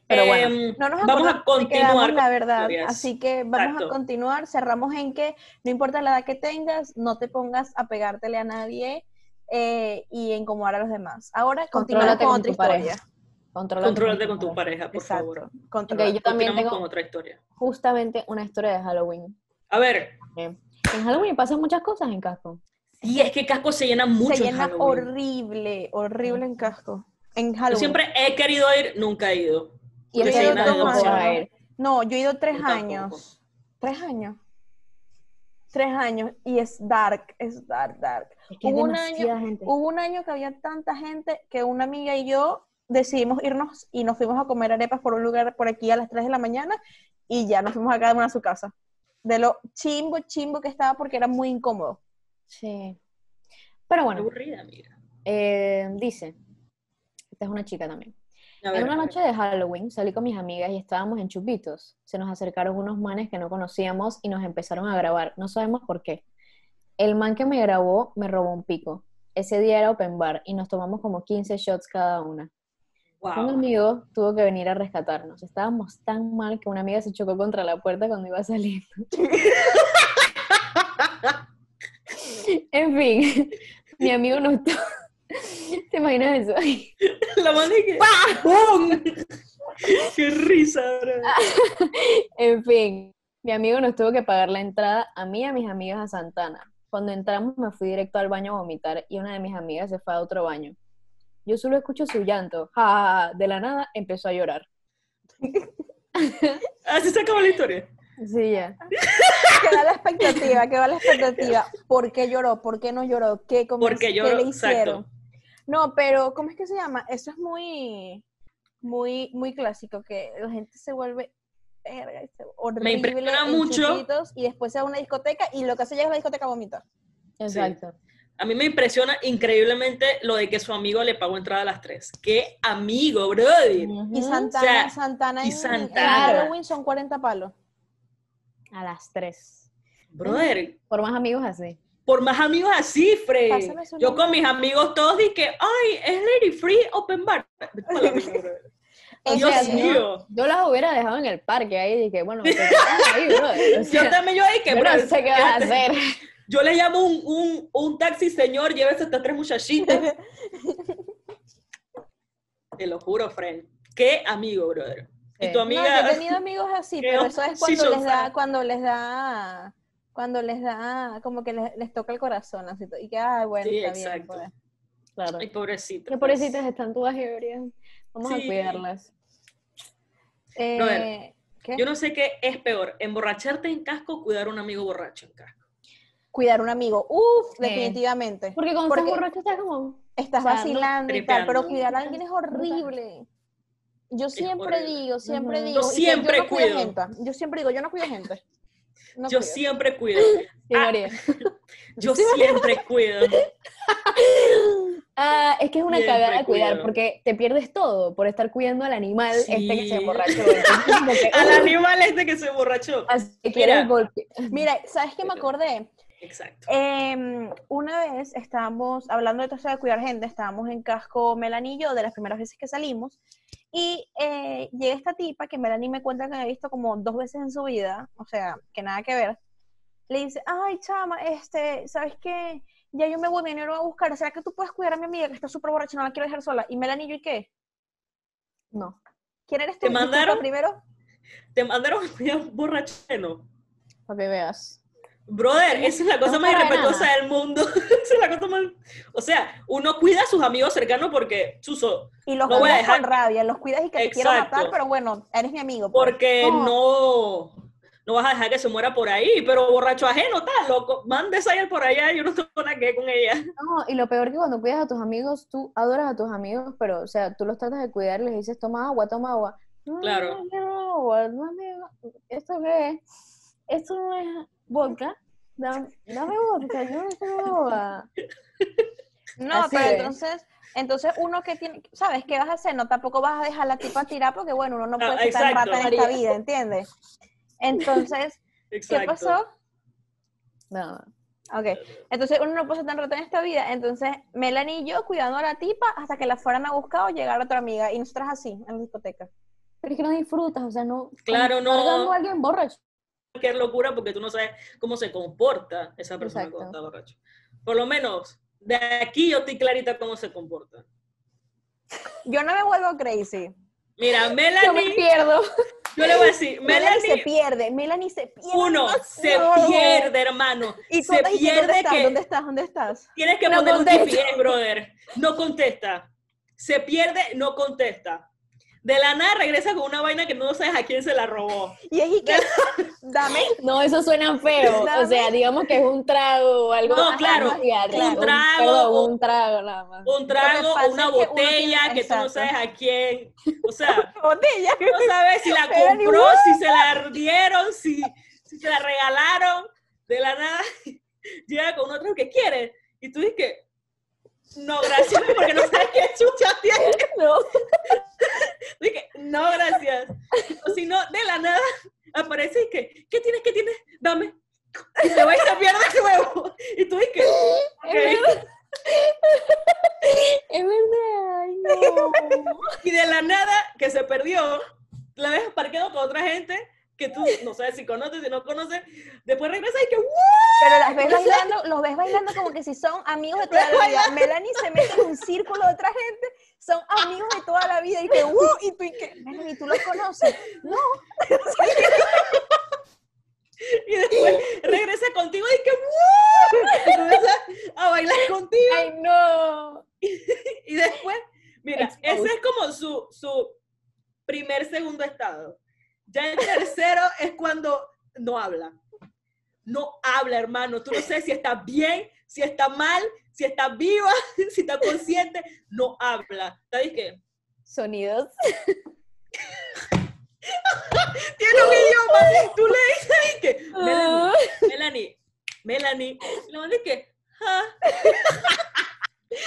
Speaker 1: Pero bueno,
Speaker 3: Em,
Speaker 2: No nos
Speaker 3: vamos a
Speaker 2: acordamos dónde quedamos,
Speaker 3: continuar.
Speaker 2: la
Speaker 3: con
Speaker 2: verdad.
Speaker 3: historias.
Speaker 2: Así que vamos
Speaker 3: Exacto.
Speaker 2: a continuar. Cerramos en que no importa la edad que tengas, no te pongas a pegártele a nadie eh, y incomodar a los demás. Ahora continuamos
Speaker 1: Contrólate
Speaker 2: con
Speaker 1: con
Speaker 2: otra
Speaker 1: tu pareja,
Speaker 2: historia.
Speaker 1: controlate
Speaker 3: Contrólate con tu pareja, por favor.
Speaker 2: Exacto. Contrólate.
Speaker 1: Ok, yo también
Speaker 3: Continuamos
Speaker 1: tengo
Speaker 3: con otra historia.
Speaker 1: justamente una historia de Halloween.
Speaker 3: A ver,
Speaker 1: Eh, En Halloween pasan muchas cosas en casco.
Speaker 3: y es que casco se llena mucho.
Speaker 2: se
Speaker 3: en
Speaker 2: llena
Speaker 3: Halloween.
Speaker 2: horrible, horrible en casco. En
Speaker 3: Yo
Speaker 2: Halloween.
Speaker 3: siempre he querido ir, nunca he ido.
Speaker 1: Y
Speaker 3: Porque
Speaker 1: el
Speaker 2: Yo
Speaker 3: se
Speaker 2: he ido
Speaker 3: llena de
Speaker 2: dos
Speaker 3: emoción.
Speaker 2: años.
Speaker 1: ir.
Speaker 2: No, yo he ido tres
Speaker 3: Yo tampoco.
Speaker 2: años. Tres años. Tres años. Y es dark, es dark, dark.
Speaker 1: Es que es
Speaker 2: Hubo un
Speaker 1: demasiada gente.
Speaker 2: Hubo un año que había tanta gente que una amiga y yo decidimos irnos y nos fuimos a comer arepas por un lugar por aquí a las 3 de la mañana y ya nos fuimos a cada una a su casa. De lo chimbo, chimbo que estaba porque era muy incómodo.
Speaker 1: Sí. Pero bueno,
Speaker 3: Aburrida, amiga.
Speaker 1: eh, dice, esta es una chica también.
Speaker 3: A ver,
Speaker 1: En una
Speaker 3: a ver.
Speaker 1: noche de Halloween salí con mis amigas y estábamos en chupitos. Se nos acercaron unos manes que no conocíamos y nos empezaron a grabar. No sabemos por qué. El man que me grabó me robó un pico. Ese día era open bar y nos tomamos como 15 shots cada una. Un
Speaker 3: Wow.
Speaker 1: amigo tuvo que venir a rescatarnos. Estábamos tan mal que una amiga se chocó contra la puerta cuando iba a [LAUGHS] salir. en fin, mi amigo nos... to- ¿Te imaginas eso?
Speaker 3: [LAUGHS] La mano que. ¡Pum! [LAUGHS] ¡Qué risa, bro!
Speaker 1: En fin, mi amigo nos tuvo que pagar la entrada a mí y a mis amigas a Santana. Cuando entramos me fui directo al baño a vomitar y una de mis amigas se fue a otro baño. Yo solo escucho su llanto. Ja, ja, ja. De la nada empezó a llorar.
Speaker 3: Así se acaba la historia.
Speaker 1: Sí, ya.
Speaker 2: Queda la expectativa, queda la
Speaker 3: [LAUGHS]
Speaker 2: expectativa. ¿Por qué lloró? ¿Por qué no lloró? ¿Qué, comienzo-
Speaker 3: Porque
Speaker 2: qué
Speaker 3: yo.
Speaker 2: le hicieron?
Speaker 3: Exacto.
Speaker 2: No, pero ¿cómo es que se llama? Eso es muy, muy, muy clásico, que la gente se vuelve verga, se- horrible.
Speaker 3: impresiona
Speaker 2: en
Speaker 3: mucho.
Speaker 2: chupitos, Y después se va a una discoteca y lo que hace llega es la discoteca a vomitar.
Speaker 1: Exacto.
Speaker 3: A mí me impresiona increíblemente lo de que su amigo le pagó entrada a las 3. ¡Qué amigo, brother!
Speaker 1: Ujú.
Speaker 2: Y Santana,
Speaker 3: sea,
Speaker 2: Santana
Speaker 3: y
Speaker 2: en, en
Speaker 3: Santana.
Speaker 2: Halloween son 40 palos.
Speaker 1: A las 3.
Speaker 3: Brother,
Speaker 1: Por más amigos así.
Speaker 3: por más amigos así, Fred.
Speaker 2: Pásame su
Speaker 3: Yo
Speaker 2: número.
Speaker 3: con mis amigos todos dije, ay, es Lady Free Open
Speaker 2: [LAUGHS]
Speaker 3: Bar. Vete pa' la verga, brother.
Speaker 1: O
Speaker 3: Dios
Speaker 1: sea,
Speaker 2: Ese año-
Speaker 3: mío.
Speaker 1: Yo las hubiera dejado en el parque ahí y dije,
Speaker 3: [LAUGHS]
Speaker 1: bueno, te quedas ahí, brother. O sea,
Speaker 3: Yo también, yo dije,
Speaker 1: yo no
Speaker 3: brother,
Speaker 1: sé qué vas a
Speaker 3: quédate.
Speaker 1: hacer.
Speaker 3: Yo le llamo un, un, un taxi, señor, llévese estas
Speaker 1: [LAUGHS]
Speaker 3: tres muchachitas. Te lo juro, Fred. Qué amigo, brother. Y
Speaker 1: Sí.
Speaker 3: tu
Speaker 2: No, yo
Speaker 3: amiga.
Speaker 2: he tenido amigos así,
Speaker 3: Creo-
Speaker 2: pero eso
Speaker 3: sí
Speaker 2: es cuando
Speaker 3: son
Speaker 2: les da,
Speaker 3: Sara.
Speaker 2: cuando les da, cuando les da, como que les, les toca el corazón, así, y que, ay, bueno,
Speaker 3: Sí,
Speaker 2: está bien,
Speaker 3: exacto.
Speaker 2: pues.
Speaker 1: Claro.
Speaker 3: Ay, pobrecito.
Speaker 1: Qué pobrecitas están todas ebrias. Vamos
Speaker 3: Sí.
Speaker 1: a cuidarlas.
Speaker 2: Eh,
Speaker 3: Brother,
Speaker 2: ¿Qué?
Speaker 3: Yo no sé qué es peor, emborracharte en casco o cuidar a un amigo borracho en casco.
Speaker 2: Cuidar a un amigo. Uf,
Speaker 1: Sí.
Speaker 2: definitivamente.
Speaker 1: Porque cuando
Speaker 2: Porque-
Speaker 1: estás borracho estás como...
Speaker 2: Estás
Speaker 1: O sea, no,
Speaker 2: vacilando y tal, pero
Speaker 3: tripeando.
Speaker 2: cuidar a alguien es horrible. Yo siempre
Speaker 3: horrible.
Speaker 2: digo, siempre
Speaker 1: Ujú.
Speaker 2: digo.
Speaker 3: Yo
Speaker 2: y que
Speaker 3: siempre
Speaker 2: yo no cuido.
Speaker 3: cuido.
Speaker 2: gente. Yo siempre digo, yo no cuido gente. No
Speaker 3: yo
Speaker 2: cuido.
Speaker 3: siempre cuido.
Speaker 1: Sí,
Speaker 3: Ah.
Speaker 1: María.
Speaker 3: Yo
Speaker 1: [LAUGHS]
Speaker 3: siempre cuido.
Speaker 1: Ah, es que es una
Speaker 3: Siempre
Speaker 1: cagada cuidar,
Speaker 3: cuido.
Speaker 1: porque te pierdes todo por estar cuidando al animal este que se
Speaker 3: Sí.
Speaker 1: emborrachó. Entonces, como
Speaker 3: [LAUGHS]
Speaker 1: que,
Speaker 3: Al
Speaker 1: uh,
Speaker 3: animal este que se borrachó.
Speaker 1: así que quieres
Speaker 3: Mira.
Speaker 1: golpe.
Speaker 2: Mira, ¿sabes qué me acordé?
Speaker 3: Exacto.
Speaker 2: Em, una vez estábamos hablando de todo esto de cuidar gente, estábamos en casco Melanillo de las primeras veces que salimos y eh, llega esta tipa que Melanie me cuenta que me ha visto como dos veces en su vida, o sea, que nada que ver. Le dice, ay chama, este, ¿sabes qué? Ya yo me voy, me vinieron a buscar, ¿será que tú puedes cuidar a mi amiga que está súper borracha, no la quiero dejar sola? Y Melanie, ¿yo y qué?
Speaker 1: No.
Speaker 2: ¿Quién eres
Speaker 3: ¿Te
Speaker 2: tú? Disculpa,
Speaker 3: mandaron?
Speaker 2: primero?
Speaker 3: Te mandaron a cuidar un borracheno.
Speaker 1: Para que veas.
Speaker 3: Brother, esa es la cosa
Speaker 1: No
Speaker 3: más
Speaker 1: para
Speaker 3: irrespetuosa del mundo. [LAUGHS] esa es la cosa más... O sea, uno cuida a sus amigos cercanos porque, Suso,
Speaker 2: Y los
Speaker 3: No voy a
Speaker 2: cuidas con
Speaker 3: dejar-
Speaker 2: rabia, los cuidas y que te quiero
Speaker 3: Exacto.
Speaker 2: matar, pero bueno, eres mi amigo. pues.
Speaker 3: porque
Speaker 1: No.
Speaker 3: no... no vas a dejar que se muera por ahí, pero borracho ajeno, está loco. Mándese a ella por allá, yo no tengo nada que ver con ella. [LAUGHS]
Speaker 1: No, y lo peor que cuando cuidas a tus amigos, tú adoras a tus amigos, pero, o sea, tú los tratas de cuidar, les dices, toma agua, toma agua. No,
Speaker 3: Claro.
Speaker 1: no quiero agua, no, amigo. ¿Esto qué es? Esto no es vodka. Dame, dame vodka, yo no quiero agua.
Speaker 2: No,
Speaker 1: Así
Speaker 2: pero
Speaker 1: es.
Speaker 2: entonces, entonces uno que tiene, ¿sabes qué vas a hacer? No, tampoco vas a dejar a la tipa tirar porque bueno, uno no
Speaker 3: Ah,
Speaker 2: puede ser tan
Speaker 3: exacto.
Speaker 2: rata en esta
Speaker 1: María.
Speaker 2: vida, ¿entiendes? Entonces, ¿qué
Speaker 3: Exacto.
Speaker 2: pasó?
Speaker 1: Nada.
Speaker 2: Ok, entonces uno no puede ser tan rata en esta vida, entonces Melanie y yo cuidando a la tipa hasta que la fueran a buscar o llegar otra amiga y nosotras así en la discoteca.
Speaker 1: Pero es que no disfrutas, o sea, no.
Speaker 3: Claro, no.
Speaker 1: Cargando a alguien borracho.
Speaker 3: Cualquier locura porque tú no sabes cómo se comporta esa persona
Speaker 1: Exacto.
Speaker 3: cuando está borracho. Por lo menos, de aquí yo estoy clarita cómo se comporta.
Speaker 2: Yo no me vuelvo crazy.
Speaker 3: Mira,
Speaker 1: Yo me
Speaker 3: Melanie,
Speaker 1: pierdo.
Speaker 3: yo le voy a decir,
Speaker 2: Melanie, se
Speaker 3: Melanie,
Speaker 2: pierde, Melanie se pierde.
Speaker 3: uno, se
Speaker 2: demasiado.
Speaker 3: pierde, hermano.
Speaker 2: Y tú
Speaker 3: Se
Speaker 2: estás diciendo,
Speaker 3: pierde que
Speaker 2: ¿dónde estás? ¿Dónde estás?
Speaker 3: Tienes que
Speaker 1: No
Speaker 3: poner un
Speaker 1: contesta.
Speaker 3: GPS, brother. No contesta. Se pierde, no contesta. De la nada regresa con una vaina que no sabes a quién se la robó.
Speaker 2: ¿Dónde estás? Y es
Speaker 3: [LAUGHS]
Speaker 2: y que, dame
Speaker 1: No, eso suena feo. O sea, digamos que es un trago o algo.
Speaker 3: No,
Speaker 1: Ajá,
Speaker 3: claro,
Speaker 1: una cigarra,
Speaker 3: un trago,
Speaker 1: perdón,
Speaker 3: un-
Speaker 1: un trago nada más.
Speaker 3: Un trago
Speaker 2: pasa
Speaker 3: o una
Speaker 2: es que uno
Speaker 3: botella
Speaker 2: tiene-
Speaker 3: que tú no
Speaker 2: exacto.
Speaker 3: sabes a quién. O sea,
Speaker 2: botella.
Speaker 3: no sabes si la
Speaker 2: Pero ni
Speaker 3: compró,
Speaker 2: huevo.
Speaker 3: si se la dieron, si, si se la regalaron. De la nada [LAUGHS] llega con otro que quiere. Y tú dices que. No, gracias, [LAUGHS] porque no sabes qué chucha tiene. [LAUGHS]
Speaker 1: No.
Speaker 3: Dije, no, gracias. O si no, de la nada aparece y que, ¿qué tienes? ¿Qué tienes? Dame. Y se va y se pierde de nuevo. [LAUGHS] Y tú dices, ok.
Speaker 1: Es verdad, ay, no.
Speaker 3: Y de la nada que se perdió, la ves parqueado con otra gente que tú no sabes si conoces, si no conoces. Después regresa y que, ¡wow!
Speaker 2: Pero las ves bailando, los ves bailando como que si son amigos [LAUGHS] de toda la vida. Melanie se mete en un círculo de otra gente, son amigos de toda la vida y que "Uh", y tú y que Melanie, tú los [LAUGHS] conoces.
Speaker 3: Y después regresa contigo y que, ¡wow! Y comienza a bailar contigo.
Speaker 1: [LAUGHS] Ay, no.
Speaker 3: Y después, mira,
Speaker 1: Exposed.
Speaker 3: ese es como su, su primer, segundo estado. Ya el tercero es cuando no habla. No habla, hermano. Tú no sabes si está bien, si está mal, si está viva, [LAUGHS] si está consciente. No habla. ¿Sabes qué?
Speaker 1: Sonidos.
Speaker 3: Tiene un [LAUGHS] idioma. Tú le dices y que,
Speaker 1: Ah,
Speaker 3: Melanie, Melanie, Melanie. Y la mamá dice que, [LAUGHS] "Ah".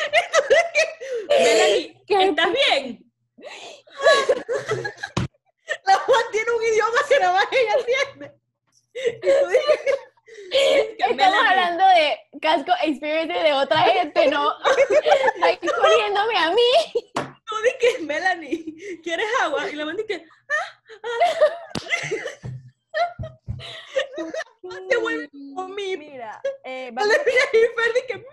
Speaker 3: Entonces, ¿qué?
Speaker 1: ¿Qué?
Speaker 3: Melanie, ¿estás bien? [LAUGHS] La Juan tiene un idioma que nada más ella tiene. Y tú dices, es que,
Speaker 1: Estamos
Speaker 3: Melanie,
Speaker 1: hablando de casco experience de otra gente, ¿no? [LAUGHS] Ahí poniéndome a mí.
Speaker 3: tú dices, Melanie, ¿quieres agua? Y la mamá dice, te vuelve como "Oh, mip.
Speaker 2: [LAUGHS] Mira, eh,
Speaker 3: Y
Speaker 2: vamos-
Speaker 3: Ferdi que mip.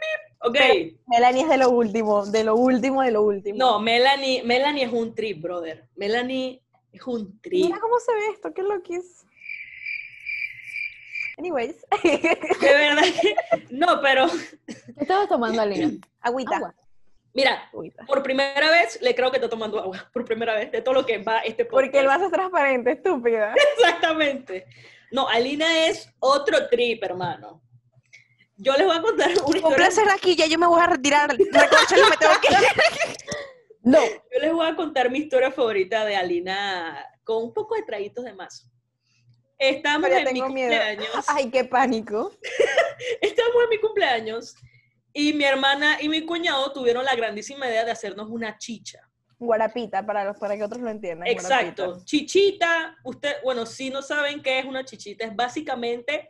Speaker 3: Ok.
Speaker 2: Melanie es de lo último, de lo último, de lo último.
Speaker 3: No, Melanie, Melanie es un trip, brother. Melanie es un trip.
Speaker 2: Mira cómo se ve esto, qué loquis. Anyways, [LAUGHS]
Speaker 3: De verdad que. No, pero.
Speaker 1: ¿Qué estabas tomando, Alina?
Speaker 2: agüita.
Speaker 1: Agua.
Speaker 3: Mira,
Speaker 2: Agüita.
Speaker 3: por primera vez le creo que está tomando agua, por primera vez, de todo lo que va este podcast.
Speaker 2: Porque el vaso es transparente, estúpida.
Speaker 3: Exactamente. No, Alina es otro trip, hermano. Yo les voy a contar una
Speaker 2: Un
Speaker 3: historia,
Speaker 2: placer aquí, ya yo me voy a retirar. Recóchale, me tengo que ir. [LAUGHS]
Speaker 1: No.
Speaker 3: yo les voy a contar mi historia favorita de Alina con un poco de traguitos de más. Estamos
Speaker 2: Pero
Speaker 3: en mi
Speaker 2: tengo miedo.
Speaker 3: cumpleaños.
Speaker 2: [LAUGHS] Ay, qué pánico.
Speaker 3: Estamos en mi cumpleaños y mi hermana y mi cuñado tuvieron la grandísima idea de hacernos una chicha.
Speaker 2: Guarapita, para, los, para que otros lo entiendan.
Speaker 3: Exacto.
Speaker 2: guarapita.
Speaker 3: Chichita, usted, bueno, si no saben qué es una chichita, es básicamente,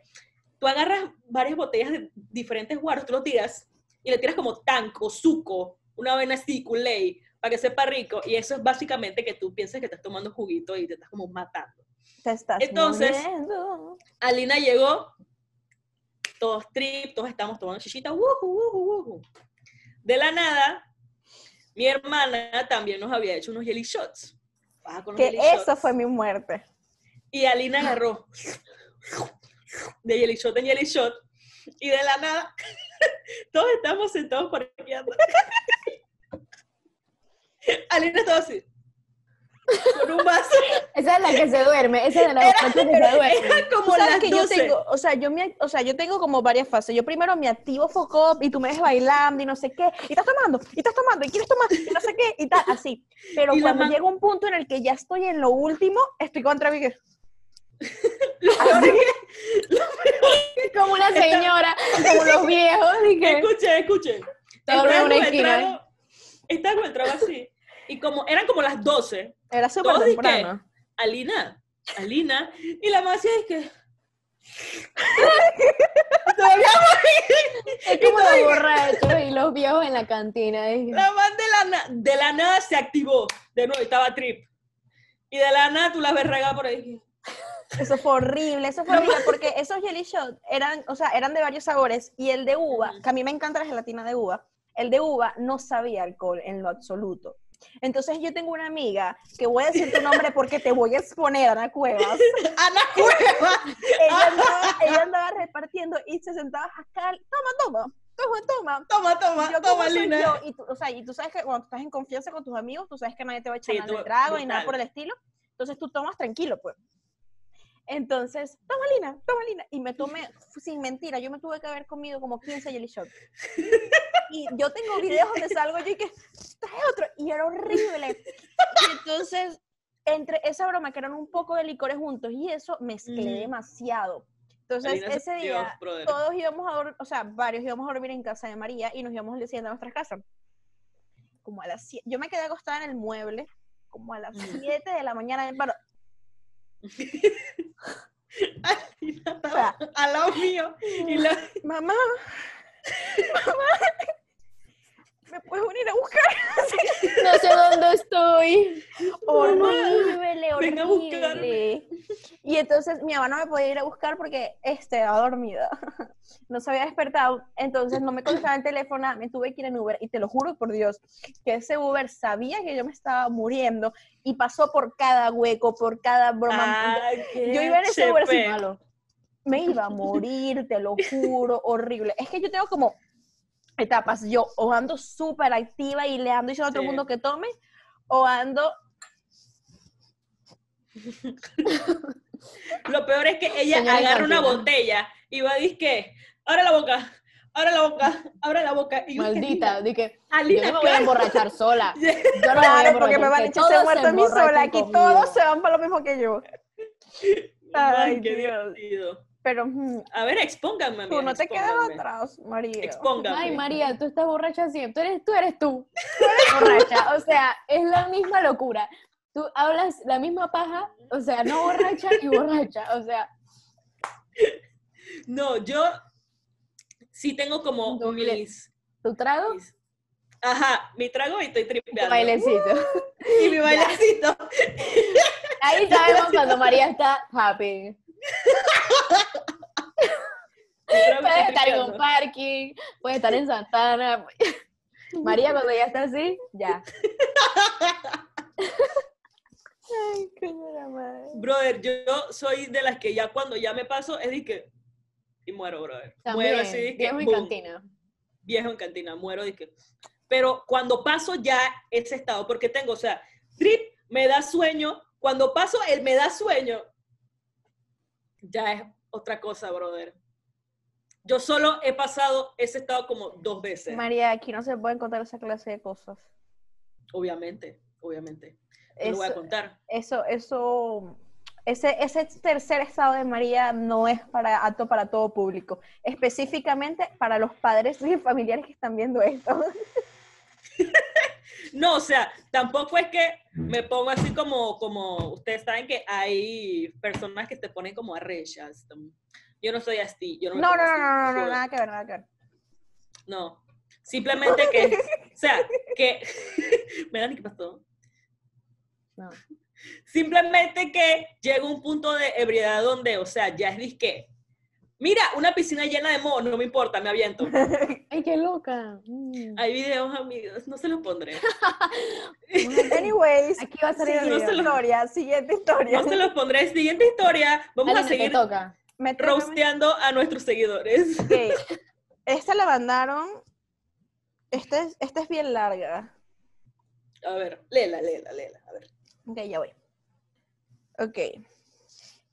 Speaker 3: tú agarras varias botellas de diferentes guaros, tú los tiras y le tiras como tanco, suco, una avena así, Kool-Aid, para que sepa rico. Y eso es básicamente que tú piensas que estás tomando juguito y te estás como matando.
Speaker 2: Te estás
Speaker 3: Entonces-
Speaker 2: muriendo.
Speaker 3: Alina llegó, todos trip, todos estamos tomando chichita, wuhu, wuhu, wuhu. De la nada, mi hermana también nos había hecho unos jelly shots. Baja con los
Speaker 2: Que
Speaker 3: jelly
Speaker 2: eso
Speaker 3: shots.
Speaker 2: fue mi muerte.
Speaker 3: Y Alina agarró de jelly shot en jelly shot y de la nada [LAUGHS] todos estamos sentados parqueando. [LAUGHS] Alina estaba así con un vaso
Speaker 1: Esa es la que se duerme, esa es la otra que se duerme.
Speaker 3: era [LAUGHS] como
Speaker 2: Tú sabes
Speaker 3: las
Speaker 2: que
Speaker 3: 12.
Speaker 2: yo tengo, o sea, yo me, o sea, yo tengo como varias fases. Yo primero me activo foco y tú me ves bailando y no sé qué, y estás tomando, y estás tomando, y quieres tomar, y no sé qué, y tal, así. Pero
Speaker 3: [LAUGHS] Y la
Speaker 2: cuando
Speaker 3: man-
Speaker 2: llega un punto en el que ya estoy en lo último, estoy contra mí que
Speaker 3: Lo peor es que-
Speaker 1: Como una señora, como los viejos, dije.
Speaker 3: escuchen, escuchen.
Speaker 1: Todo en una
Speaker 3: Estaba con el
Speaker 1: esquina.
Speaker 3: trago, estaba con el trago así y como eran como las 12
Speaker 2: era súper
Speaker 3: Todos y que-
Speaker 2: temprano.
Speaker 3: Alina, Alina, y la mamá hacía es que. Todavía morí.
Speaker 1: Es
Speaker 3: Y
Speaker 1: como
Speaker 3: todavía-
Speaker 1: los borrachos y los viejos en la cantina. dije.
Speaker 3: la mamá de la, na- de la nada se activó. De nuevo, estaba trip. Y de la nada tú la ves regada por ahí.
Speaker 2: Eso fue horrible, eso fue
Speaker 3: La
Speaker 2: horrible, porque esos jelly shots eran, o sea, eran de varios sabores, y el de uva,
Speaker 3: Ujú.
Speaker 2: que a mí me encanta la gelatina de uva, el de uva no sabía alcohol en lo absoluto. Entonces yo tengo una amiga, que voy a decir tu nombre porque te voy a exponer, Ana Cuevas,
Speaker 3: [LAUGHS] ¡Ana Cueva!
Speaker 2: ella andaba, ella andaba repartiendo y se sentaba a jacar, toma, toma, toma, toma.
Speaker 3: Toma,
Speaker 2: Y
Speaker 3: toma,
Speaker 2: Yo, ¿cómo
Speaker 3: toma,
Speaker 2: soy
Speaker 3: Alina.
Speaker 2: yo? Y tú, o sea, y tú sabes que cuando estás en confianza con tus amigos, tú sabes que nadie te va a echar
Speaker 3: Sí,
Speaker 2: nada
Speaker 3: tú-
Speaker 2: de trago ni nada
Speaker 3: brutal.
Speaker 2: por el estilo. Entonces tú tomas tranquilo, pues. Entonces, toma Lina, toma Lina. Y me tomé, sin mentira, yo me tuve que haber comido como 15 jelly shots. Y yo tengo videos donde salgo yo y que, trae otro. Y era horrible. Y entonces, entre esa broma, que eran un poco de licores juntos, y eso mezclé
Speaker 3: Ujú.
Speaker 2: demaasiado. Entonces,
Speaker 3: Alina se
Speaker 2: ese
Speaker 3: activó,
Speaker 2: día,
Speaker 3: brother.
Speaker 2: todos íbamos a dormir, o sea, varios íbamos a dormir en casa de María y nos íbamos diciendo a nuestras casas. Como a las 7. Yo me quedé acostada en el mueble, como a las
Speaker 3: Ujú.
Speaker 2: 7 de la mañana. Bueno,
Speaker 3: Alina estaba [LAUGHS] al lado mío. Y la,
Speaker 2: [LAUGHS] mamá, mamá, ¿me puedes venir a buscar?
Speaker 1: No sé dónde estoy.
Speaker 2: Horrible,
Speaker 3: Ven a
Speaker 2: horrible. Y entonces mi mamá no me podía ir a buscar porque este estaba dormida. [LAUGHS] No se había despertado, entonces no me contestaba el teléfono, me tuve que ir en Uber y te lo juro por Dios que ese Uber sabía que yo me estaba muriendo y pasó por cada hueco, por cada broma. yo iba en ese lugar así,
Speaker 1: Malo.
Speaker 2: Me iba a morir, te lo juro, horrible. Es que yo tengo como etapas, yo o ando súper activa y le ando diciendo a todo el
Speaker 3: Sí.
Speaker 2: mundo que tome, o ando
Speaker 3: Lo peor es que ella
Speaker 1: Señora
Speaker 3: agarra una
Speaker 1: Cantidad.
Speaker 3: botella y va a disque, abre la boca, abre la boca, abre la boca. Y yo,
Speaker 1: Maldita. Dije, yo
Speaker 3: Alina,
Speaker 1: no me voy a
Speaker 3: claro.
Speaker 1: embarrachar
Speaker 2: [LAUGHS]
Speaker 1: sola.
Speaker 3: Yeah.
Speaker 1: Yo no me voy a
Speaker 2: Claro,
Speaker 1: emborrachar,
Speaker 2: porque me van a
Speaker 1: que
Speaker 2: echar ese
Speaker 1: todos
Speaker 2: muerto a mí
Speaker 1: emborrachen
Speaker 2: sola. Aquí
Speaker 1: conmigo.
Speaker 2: todos se van para lo mismo que yo. Ay,
Speaker 3: Ay, qué
Speaker 2: Dios.
Speaker 3: divertido.
Speaker 2: Pero mm,
Speaker 3: A ver, expónganme.
Speaker 2: tú
Speaker 3: amigas,
Speaker 2: no te quedas
Speaker 3: expónganme.
Speaker 2: atrás, María.
Speaker 3: Expónganme.
Speaker 1: Ay, María, tú estás borracha siempre. Tú eres tú. Eres tú. Tú eres borracha. O sea, es la misma locura. Tú hablas la misma paja, o sea, no borracha y borracha. O sea,
Speaker 3: No, yo sí tengo como
Speaker 1: Doble.
Speaker 3: mis,
Speaker 1: tu trago,
Speaker 3: mis- Ajá, mi trago y estoy
Speaker 1: tu
Speaker 3: tripeando.
Speaker 1: bailecito.
Speaker 3: Y [LAUGHS] mi bailecito.
Speaker 1: Ahí sabemos cuando María está happy.
Speaker 3: Mi
Speaker 1: Puedes
Speaker 3: trago y estoy
Speaker 2: [LAUGHS]
Speaker 1: estar en un
Speaker 3: tripeando.
Speaker 1: parking, puedes estar en Santana. María, cuando ya está así, ya.
Speaker 2: Ay, coño de la madre.
Speaker 3: Brother, yo soy de las que ya cuando ya me paso es de que... Y muero, brother.
Speaker 1: También,
Speaker 3: muero así, de que...
Speaker 1: viejo en
Speaker 3: boom,
Speaker 1: cantina.
Speaker 3: Viejo en cantina, muero de que... pero cuando paso ya ese estado, porque tengo, o sea, trip me da sueño, cuando paso el me da sueño, ya es otra cosa, brother. Yo solo he pasado ese estado como dos veces.
Speaker 2: María, aquí no se pueden contar esa clase de cosas.
Speaker 3: Obviamente, obviamente. No lo voy a
Speaker 2: Eso-
Speaker 3: contar.
Speaker 2: Eso, eso, ese, ese tercer estado de María no es para apto para todo público, específicamente para los padres y familiares que están viendo esto.
Speaker 3: No, o sea, tampoco es que me pongo así como, como ustedes saben que hay personas que te ponen como arrechas. Yo no soy así. Yo no, me
Speaker 2: No, no,
Speaker 3: pongo
Speaker 2: no,
Speaker 3: así,
Speaker 2: no, no,
Speaker 3: juro.
Speaker 2: nada que ver, nada
Speaker 1: [LAUGHS]
Speaker 2: que ver.
Speaker 3: No. Simplemente que, o sea, que, [LAUGHS] Melanie, ¿qué pasó?
Speaker 1: No.
Speaker 3: Simplemente que llega un punto de ebriedad donde, o sea, ya es disque. Mira, una piscina llena de moho, no me importa, me
Speaker 2: [LAUGHS]
Speaker 3: aviento.
Speaker 1: ¡Ay, qué loca! Mm.
Speaker 3: Hay videos, amigos, no se los pondré.
Speaker 2: Anyways,
Speaker 1: Aquí va a salir el
Speaker 3: no
Speaker 1: video.
Speaker 3: se
Speaker 2: siguiente
Speaker 3: lo-
Speaker 2: historia, siguiente historia.
Speaker 3: No se los pondré. Siguiente historia. Vamos a
Speaker 1: Alina, te
Speaker 3: seguir
Speaker 1: toca.
Speaker 2: Me tengo-
Speaker 3: rosteando a nuestros seguidores.
Speaker 2: Ok, Esta la mandaron. Esta es, esta es bien larga.
Speaker 3: A ver, léela, léela, léela. A ver.
Speaker 2: Ok, ya voy. Ok.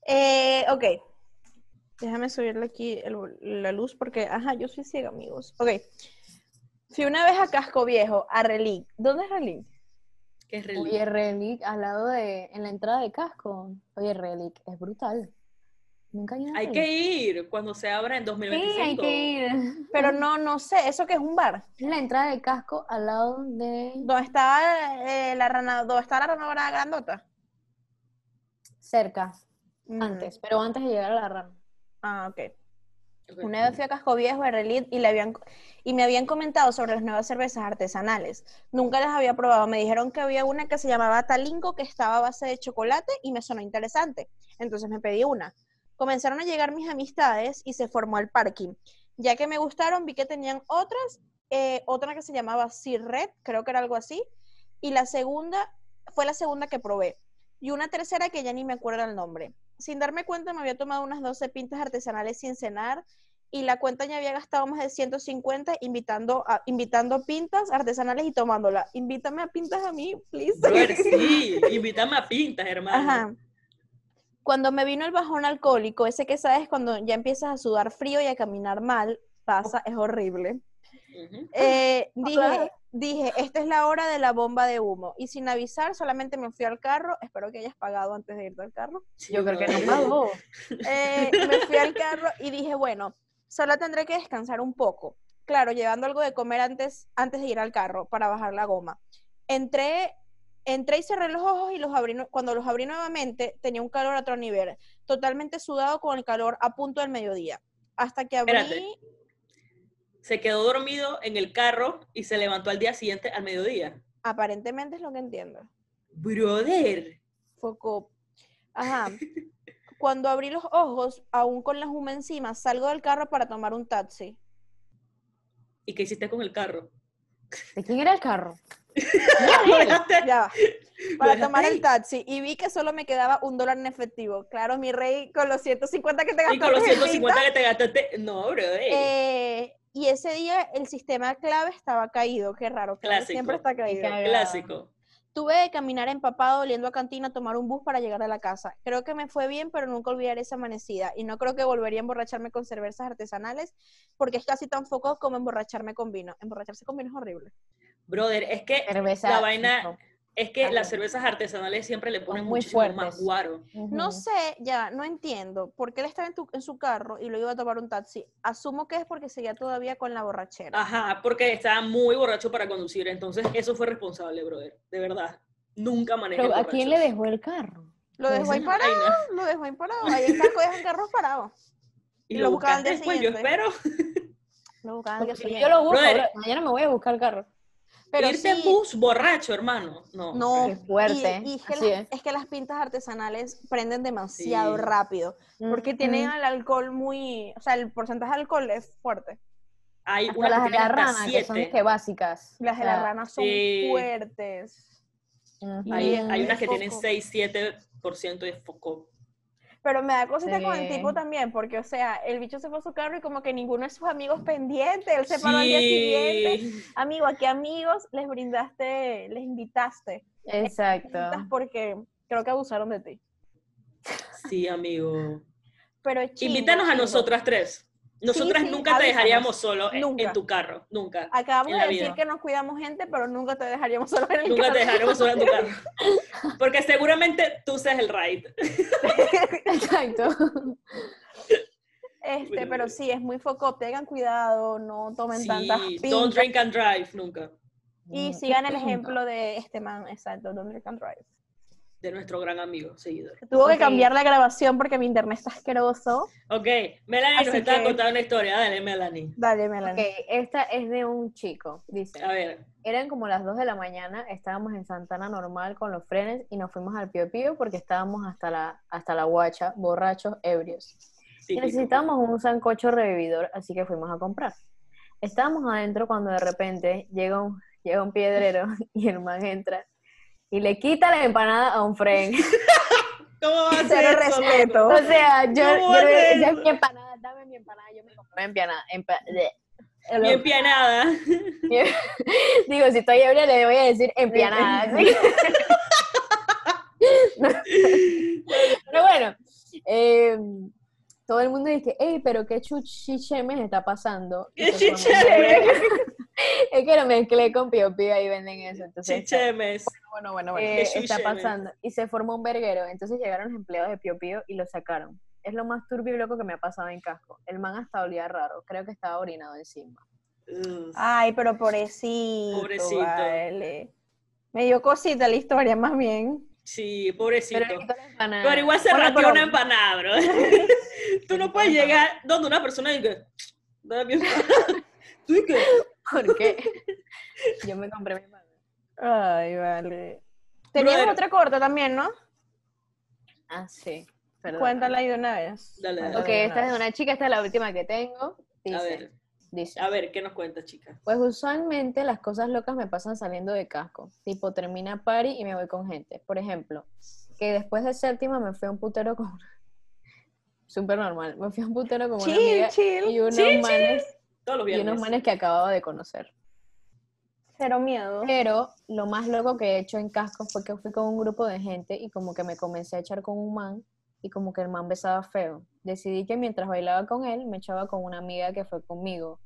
Speaker 2: Eh, ok. Déjame subirle aquí el vol- la luz porque, ajá, yo soy ciega, amigos. Ok. Fui una vez a Casco Viejo, a Relic. ¿Dónde es Relic?
Speaker 3: ¿Qué es
Speaker 1: Oye, Relic, al lado de, en la entrada de casco. Oye, Relic, es brutal. Nunca he ido a
Speaker 3: Hay
Speaker 1: Relic.
Speaker 3: que ir cuando se abra en
Speaker 1: Sí,
Speaker 3: 2025.
Speaker 1: hay que [LAUGHS] ir.
Speaker 2: Pero no, no sé, ¿eso que es un bar?
Speaker 1: Es la entrada de casco al lado de...
Speaker 2: ¿Dónde estaba eh, la rana, dónde estaba la rana brava grandota?
Speaker 1: Cerca,
Speaker 2: Mm,
Speaker 1: antes, pero antes de llegar a la rama.
Speaker 2: Ah, ok.
Speaker 3: Ok.
Speaker 2: Una vez fui a Casco Viejo, a Relic, y, le habían, y me habían comentado sobre las nuevas cervezas artesanales. Nunca las había probado. Me dijeron que había una que se llamaba Talingo, que estaba a base de chocolate, y me sonó interesante. Entonces me pedí una. Comenzaron a llegar mis amistades y se formó el parking. Ya que me gustaron, vi que tenían otras, eh, otra que se llamaba Sir Red, creo que era algo así, y la segunda fue la segunda que probé, y una tercera que ya ni me acuerdo el nombre. Sin darme cuenta, me había tomado unas 12 pintas artesanales sin cenar, y la cuenta ya había gastado más de 150 invitando a, invitando pintas artesanales y tomándola. Invítame a pintas a mí, please.
Speaker 3: Brother, sí, invítame a pintas, hermano.
Speaker 2: Ajá. Cuando me vino el bajón alcohólico, ese que sabes cuando ya empiezas a sudar frío y a caminar mal, pasa, es horrible.
Speaker 3: Ujú.
Speaker 2: Eh,
Speaker 1: Claro.
Speaker 2: dije, dije, esta es la hora de la bomba de humo. Y sin avisar, solamente me fui al carro. Espero que hayas pagado antes de irte al carro.
Speaker 3: Sí,
Speaker 1: no
Speaker 3: brother.
Speaker 1: pagó.
Speaker 2: Eh, me fui al carro y dije, bueno, solo tendré que descansar un poco. Claro, llevando algo de comer antes, antes de ir al carro para bajar la goma. Entré, entré y cerré los ojos y los abrí, nu- cuando los abrí nuevamente tenía un calor a otro nivel, totalmente sudado con el calor a punto del mediodía. Hasta que abrí...
Speaker 3: Espérate. Se quedó dormido en el carro y se levantó al día siguiente al mediodía.
Speaker 2: Aparentemente es lo que entiendo.
Speaker 3: Brother.
Speaker 2: Foco.
Speaker 3: [LAUGHS]
Speaker 2: Ajá. Cuando abrí los ojos, aún con la juma encima, salgo del carro para tomar un taxi.
Speaker 3: ¿Y qué hiciste con el carro? Este,
Speaker 1: ¿De quién era el carro?
Speaker 3: [LAUGHS] Lo dejaste-
Speaker 2: Ya va.
Speaker 3: lo
Speaker 2: Para
Speaker 3: dejaste
Speaker 2: tomar
Speaker 3: ahí.
Speaker 2: el taxi. Y vi que solo me quedaba un dólar en efectivo. Claro, mi rey, con los 150 que te gastaste.
Speaker 3: Y con los
Speaker 2: en
Speaker 3: 150
Speaker 2: pinta,
Speaker 3: que te gastaste. No, brother.
Speaker 2: eh, y ese día el sistema clave estaba caído. Qué raro. claro,
Speaker 3: Clásico.
Speaker 2: Siempre está caído.
Speaker 1: cagada.
Speaker 3: Clásico.
Speaker 2: Tuve que caminar empapado, oliendo a cantina, tomar un bus para llegar a la casa. Creo que me fue bien, pero nunca olvidaré esa amanecida. Y no creo que volvería a emborracharme con cervezas artesanales, porque es casi tan foco como emborracharme con vino. Emborracharse con vino es horrible.
Speaker 3: Brother, es que
Speaker 1: Cerveza.
Speaker 3: La vaina- Es que
Speaker 1: Ah,
Speaker 3: las
Speaker 1: bueno.
Speaker 3: cervezas artesanales siempre le ponen
Speaker 1: muy
Speaker 3: muchísimo más
Speaker 1: fuertes.
Speaker 3: guaro.
Speaker 1: Ujú.
Speaker 2: No sé, ya, no entiendo por qué él estaba en, tu- en su carro y lo iba a tomar un taxi. Asumo que es porque seguía todavía con la borrachera.
Speaker 3: Ajá, porque estaba muy borracho para conducir, entonces eso fue responsable, brother. De verdad. Nunca manejé
Speaker 1: Pero ¿a quién le
Speaker 3: borracho.
Speaker 1: dejó el carro?
Speaker 2: Lo dejó ahí
Speaker 3: Esa
Speaker 2: parado,
Speaker 3: vaina.
Speaker 2: lo dejó ahí parado. Ahí en Casco dejan carros parados.
Speaker 3: Y
Speaker 2: Y
Speaker 3: lo,
Speaker 2: lo
Speaker 3: buscaban
Speaker 2: buscaban al día
Speaker 3: después, yo
Speaker 2: siguiente.
Speaker 3: espero.
Speaker 2: Lo buscaban que
Speaker 1: Porque
Speaker 2: se
Speaker 1: yo lo busco,
Speaker 3: Brother.
Speaker 1: bro. mañana me voy a buscar el carro.
Speaker 2: Pero
Speaker 3: Irte en
Speaker 2: sí,
Speaker 3: bus borracho, hermano. No.
Speaker 2: No,
Speaker 1: Qué fuerte.
Speaker 2: Y, y es, que
Speaker 1: Así
Speaker 2: las,
Speaker 1: es.
Speaker 2: es que las pintas artesanales prenden demasiado
Speaker 3: Sí.
Speaker 2: rápido, porque
Speaker 1: Ujú.
Speaker 2: tienen el alcohol muy, o sea, el porcentaje de alcohol es fuerte.
Speaker 3: Hay
Speaker 1: Hasta
Speaker 3: unas
Speaker 1: las
Speaker 3: que
Speaker 1: de la
Speaker 3: tienen
Speaker 1: rana,
Speaker 3: hasta
Speaker 1: que son
Speaker 3: siete.
Speaker 1: que básicas.
Speaker 2: Las de la rana son
Speaker 3: sí.
Speaker 2: fuertes.
Speaker 1: rana.
Speaker 3: Hay,
Speaker 2: Mm,
Speaker 3: hay unas
Speaker 2: es
Speaker 3: que tienen
Speaker 2: poco.
Speaker 3: 6, 7% de foco.
Speaker 2: Pero me da cosita con el
Speaker 1: Sí.
Speaker 2: tipo también, porque, o sea, el bicho se fue a su carro y como que ninguno de sus amigos pendiente, él se paró al día siguiente. Amigo, ¿a qué amigos les brindaste, les invitaste?
Speaker 1: Exacto.
Speaker 2: Juntas [LAUGHS] Porque creo que abusaron de ti.
Speaker 3: Sí, amigo.
Speaker 2: Pero chimbo,
Speaker 3: Invítanos a
Speaker 2: chimbo.
Speaker 3: nosotras tres. Nosotras
Speaker 2: sí,
Speaker 3: nunca te
Speaker 2: avísanos.
Speaker 3: dejaríamos solo en-
Speaker 2: Nunca.
Speaker 3: en tu carro, nunca.
Speaker 2: Acabamos
Speaker 3: en
Speaker 2: de
Speaker 3: la
Speaker 2: decir
Speaker 3: vida.
Speaker 2: que nos cuidamos gente, pero nunca te dejaríamos solo en el
Speaker 3: Nunca
Speaker 2: carro.
Speaker 3: te dejaremos sola en tu
Speaker 2: [LAUGHS]
Speaker 3: carro. Porque seguramente tú seas el ride.
Speaker 1: Exacto.
Speaker 2: Este,
Speaker 3: Bueno,
Speaker 2: pero
Speaker 3: bueno.
Speaker 2: sí, es muy foco, tengan cuidado, no tomen
Speaker 3: Sí,
Speaker 2: tantas
Speaker 3: don't
Speaker 2: pintas.
Speaker 3: drink and drive nunca.
Speaker 2: Y sigan el ejemplo de este man, exacto, Don't Drink and Drive.
Speaker 3: De nuestro gran amigo, seguidor.
Speaker 2: Tuvo que
Speaker 1: Ok.
Speaker 2: cambiar la grabación porque mi internet está asqueroso.
Speaker 3: Ok, Melanie nos
Speaker 2: Así
Speaker 3: está
Speaker 2: que-
Speaker 3: contando una historia. Dale, Melanie.
Speaker 2: Dale, Melanie.
Speaker 1: Ok, esta es de un chico. Dice,
Speaker 3: A ver.
Speaker 1: eran como las 2 de la mañana, estábamos en Santana normal con los frenes y nos fuimos al Pío Pío porque estábamos hasta la, hasta la guacha, borrachos, ebrios. Y
Speaker 3: típico.
Speaker 1: necesitábamos un sancocho revividor, así que fuimos a comprar. Estábamos adentro cuando de repente llega un, llega un piedrero [LAUGHS] y el man entra y le quita la empanada a un fren. [LAUGHS]
Speaker 3: ¿Cómo va a ser
Speaker 2: Cero
Speaker 3: eso,
Speaker 2: respeto.
Speaker 1: O sea, yo, yo-
Speaker 3: ¿Cómo hace
Speaker 1: esa es
Speaker 3: eso?
Speaker 1: mi empanada, dame mi empanada, yo me compré mi empanada. empa- de-
Speaker 3: loco? Bien
Speaker 2: [LAUGHS]
Speaker 3: pianada.
Speaker 1: Digo, si estoy ebria le voy a decir empanada. ¿sí? [LAUGHS] no, pero bueno, eh, todo el mundo dice, hey, pero qué chuchichemes está pasando.
Speaker 3: ¡Qué
Speaker 1: Entonces, cuando-
Speaker 3: chichemes!
Speaker 1: [LAUGHS] Es que lo mezclé con Pío Pío, ahí venden eso. Entonces,
Speaker 3: ¡Chichemes!
Speaker 2: bueno, bueno,
Speaker 1: eh,
Speaker 3: Qué
Speaker 1: está
Speaker 3: chuchemes.
Speaker 1: pasando. Y se formó un verguero. Entonces llegaron los empleados de Pío Pío y lo sacaron. Es lo más turbio y loco que me ha pasado en casco. El man hasta olía raro. Creo que estaba orinado encima.
Speaker 3: Ugh.
Speaker 2: Ay, pero pobrecito.
Speaker 3: Pobrecito.
Speaker 2: vale. Me dio cosita la historia, más bien.
Speaker 3: Sí, pobrecito.
Speaker 1: Pero,
Speaker 3: Pero,
Speaker 1: quitó la empanada.
Speaker 3: igual se
Speaker 2: Bueno,
Speaker 3: rateó
Speaker 2: pero-
Speaker 3: una empanada,
Speaker 2: [LAUGHS]
Speaker 3: bro. Tú no puedes llegar donde una persona y que... Dame mi
Speaker 2: [LAUGHS]
Speaker 3: empanada. Tú y que...
Speaker 1: ¿Por qué? [LAUGHS] Yo me compré mi empanada.
Speaker 2: Ay, vale. Teníamos
Speaker 3: Brother.
Speaker 2: otra corta también, ¿no?
Speaker 1: Ah, sí. Perdón.
Speaker 2: Cuéntala ahí de una vez.
Speaker 3: Dale, dale.
Speaker 1: Ok, esta es de una chica, esta es la última que tengo.
Speaker 3: A
Speaker 1: Dice,
Speaker 3: ver,
Speaker 1: dice.
Speaker 3: a ver, ¿qué nos cuentas, chica?
Speaker 1: Pues usualmente las cosas locas me pasan saliendo de casco. Tipo, termina party y me voy con gente. Por ejemplo, que después de séptima me fui a un putero con una... [LAUGHS] Súper normal. Me fui a un putero con una
Speaker 2: Chill,
Speaker 1: amiga
Speaker 2: chill.
Speaker 1: y unos,
Speaker 3: Chill, chill.
Speaker 1: manes,
Speaker 3: Todos
Speaker 1: y
Speaker 3: los viernes.
Speaker 1: unos manes que acababa de conocer.
Speaker 2: Cero miedo.
Speaker 1: Pero lo más loco que he hecho en casco fue que fui con un grupo de gente y como que me comencé a echar con un man y como que el man besaba feo. Decidí que mientras bailaba con él me echaba con una amiga que fue conmigo.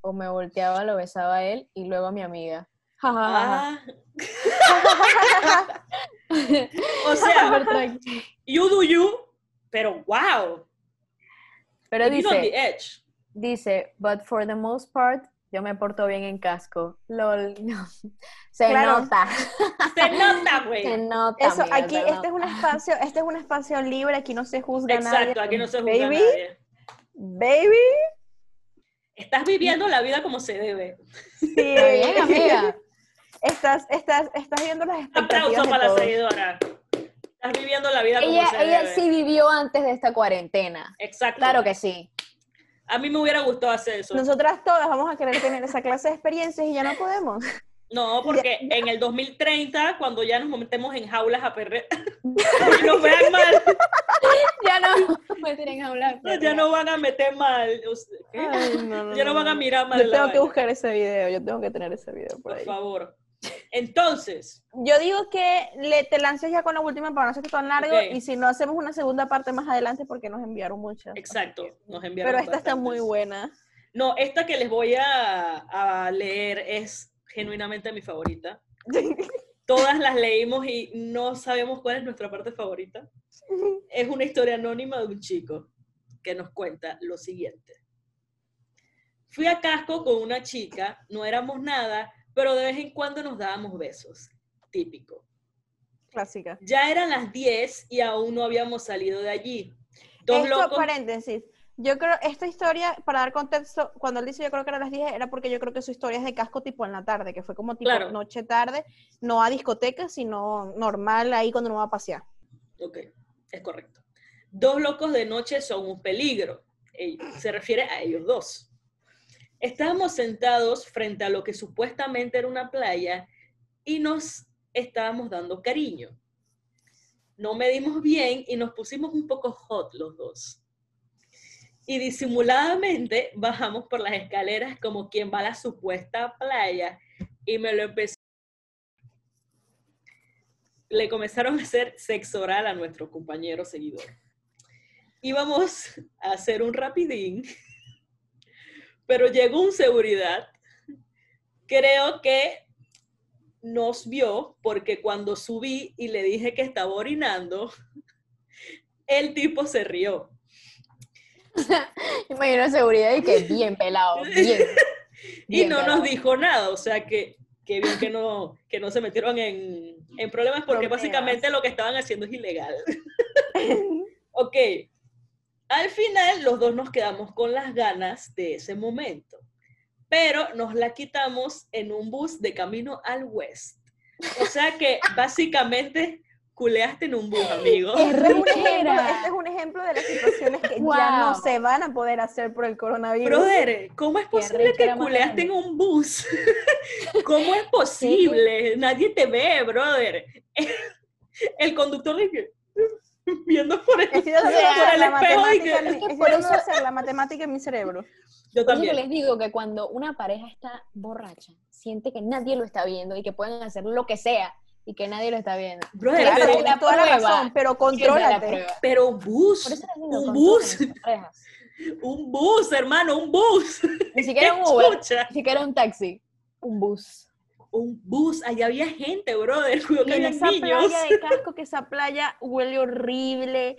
Speaker 1: O me volteaba, lo besaba a él y luego a mi amiga. [LAUGHS] Ja, ja, ja, ja.
Speaker 3: Ah.
Speaker 1: Ah.
Speaker 3: [LAUGHS] o sea, you do you, pero wow.
Speaker 1: Pero
Speaker 3: you on the
Speaker 1: dice,
Speaker 3: edge.
Speaker 1: dice, but for the most part, yo me porto bien en casco. Lol, [LAUGHS] no. Se
Speaker 2: Claro.
Speaker 1: nota,
Speaker 3: Se nota,
Speaker 1: se
Speaker 3: güey.
Speaker 1: nota.
Speaker 2: Eso,
Speaker 1: amiga,
Speaker 2: aquí,
Speaker 1: se
Speaker 2: este es un
Speaker 1: nota.
Speaker 2: espacio, este es un espacio libre, aquí no se juzga nada.
Speaker 3: Exacto, aquí no se juzga a
Speaker 2: Baby,
Speaker 3: nadie.
Speaker 2: Baby,
Speaker 3: Estás viviendo la vida como se debe.
Speaker 2: sí.
Speaker 1: Está bien, amiga.
Speaker 2: [LAUGHS] Estás, estás, estás viendo las
Speaker 3: Un aplauso
Speaker 2: expectativas de
Speaker 3: para la
Speaker 2: todos.
Speaker 3: seguidora. Estás viviendo la vida como
Speaker 1: Ella,
Speaker 3: se
Speaker 1: ella
Speaker 3: debe.
Speaker 1: sí vivió antes de esta cuarentena.
Speaker 3: Exacto.
Speaker 1: Claro que sí.
Speaker 3: A mí me hubiera gustado hacer eso.
Speaker 2: Nosotras todas vamos a querer tener esa clase de experiencias y ya no podemos. [LAUGHS]
Speaker 3: No, porque en el 2030, cuando ya nos metemos en jaulas
Speaker 1: [LAUGHS]
Speaker 3: a perder, [LAUGHS] y nos vean mal,
Speaker 1: Ya [LAUGHS] no me tienen a hablar.
Speaker 3: ya no van a meter mal. O sea, ¿qué?
Speaker 1: Ah.
Speaker 3: Ya no van a mirar mal.
Speaker 2: Yo
Speaker 3: la
Speaker 2: tengo que
Speaker 3: vaina.
Speaker 2: buscar ese video, yo tengo que tener ese video por
Speaker 3: Por
Speaker 2: ahí.
Speaker 3: favor. Entonces,
Speaker 2: Yo digo que le, te lances ya con la última para no hacerte tan largo
Speaker 3: Ok.
Speaker 2: y si no hacemos una segunda parte más adelante porque nos enviaron muchas.
Speaker 3: exacto, nos enviaron.
Speaker 2: Pero esta está muy
Speaker 3: bastantes.
Speaker 2: buena. [LAUGHS]
Speaker 3: No, esta que les voy a, a leer es genuinamente mi favorita. Todas las leímos y no sabemos cuál es nuestra parte
Speaker 2: [LAUGHS]
Speaker 3: favorita. Es una historia anónima de un chico que nos cuenta lo siguiente. Fui a casco con una chica, no éramos nada, pero de vez en cuando nos dábamos besos. Típico.
Speaker 2: Clásica.
Speaker 3: Ya eran las 10 y aún no habíamos salido de allí. Dos
Speaker 2: Esto,
Speaker 3: locos.
Speaker 2: paréntesis. Yo creo, esta historia, para dar contexto, cuando él dice yo creo que era las 10, era porque yo creo que su historia es de casco tipo en la tarde, que fue como tipo
Speaker 3: Claro.
Speaker 2: noche-tarde, no a discoteca, sino normal ahí cuando uno va a pasear.
Speaker 3: Ok, es correcto. Dos locos de noche son un peligro. Ell- Se refiere a ellos dos. Estábamos sentados frente a lo que supuestamente era una playa y nos estábamos dando cariño. no medimos bien y nos pusimos un poco hot los dos. Y disimuladamente bajamos por las escaleras como quien va a la supuesta playa y me lo empezó. Le comenzaron a hacer sexo oral a nuestro compañero seguidor. Íbamos a hacer un rapidín, pero llegó un seguridad. Creo que nos vio porque cuando subí y le dije que estaba orinando, el tipo se rió.
Speaker 1: Imagino seguridad y que bien
Speaker 3: [LAUGHS]
Speaker 1: pelado, bien. [LAUGHS]
Speaker 3: y
Speaker 1: bien
Speaker 3: no
Speaker 1: pelado.
Speaker 3: nos dijo nada, o sea que, que bien que no, que no se metieron en, en problemas porque
Speaker 2: Problemas.
Speaker 3: básicamente lo que estaban haciendo es ilegal. ok, al final los dos nos quedamos con las ganas de ese momento, pero nos la quitamos en un bus de camino al West. O sea que básicamente culeaste en un bus, amigo.
Speaker 1: Es
Speaker 2: Este es, un ejemplo,
Speaker 1: rechera.
Speaker 2: este es un ejemplo de las situaciones que ya
Speaker 1: Wow.
Speaker 2: no se van a poder hacer por el coronavirus.
Speaker 3: Brother, ¿cómo es posible
Speaker 1: arrechera
Speaker 3: que
Speaker 1: más
Speaker 3: culeaste en
Speaker 1: grande.
Speaker 3: un bus? [LAUGHS] ¿Cómo es posible? Nadie te ve, brother. [LAUGHS] El conductor dice, [LAUGHS] viendo por el,
Speaker 1: Eh,
Speaker 2: Estoy tratando de
Speaker 1: O sea,
Speaker 2: hacer
Speaker 3: por
Speaker 2: la
Speaker 3: el espejo y que-
Speaker 2: matemática en mi-
Speaker 1: que
Speaker 2: estoy
Speaker 1: por
Speaker 2: tratando de
Speaker 1: eso-
Speaker 2: hacer la matemática en mi cerebro.
Speaker 3: Yo
Speaker 1: Por eso que
Speaker 3: también.
Speaker 1: les digo que cuando una pareja está borracha, siente que nadie lo está viendo y que pueden hacer lo que sea y que nadie lo está viendo.
Speaker 3: Brother,
Speaker 1: Claro,
Speaker 3: pero,
Speaker 2: Claro,
Speaker 1: la
Speaker 2: tienes toda la
Speaker 1: prueba.
Speaker 2: razón, pero
Speaker 1: Esa es la
Speaker 2: contrólate.
Speaker 1: prueba.
Speaker 3: pero
Speaker 1: Por
Speaker 3: bus,
Speaker 1: eso les digo,
Speaker 3: Un
Speaker 1: controlen
Speaker 3: bus.
Speaker 1: sus
Speaker 3: [LAUGHS]
Speaker 1: parejas.
Speaker 3: un bus, hermano, un bus.
Speaker 1: Ni
Speaker 3: [LAUGHS]
Speaker 1: siquiera un Uber,
Speaker 3: Escucha,
Speaker 1: ni siquiera un taxi, un bus.
Speaker 3: un bus, allá había gente, brother, [LAUGHS] cuidado
Speaker 2: Y
Speaker 3: que
Speaker 2: en
Speaker 3: había
Speaker 2: esa
Speaker 3: niños.
Speaker 2: playa de casco, que esa playa huele horrible.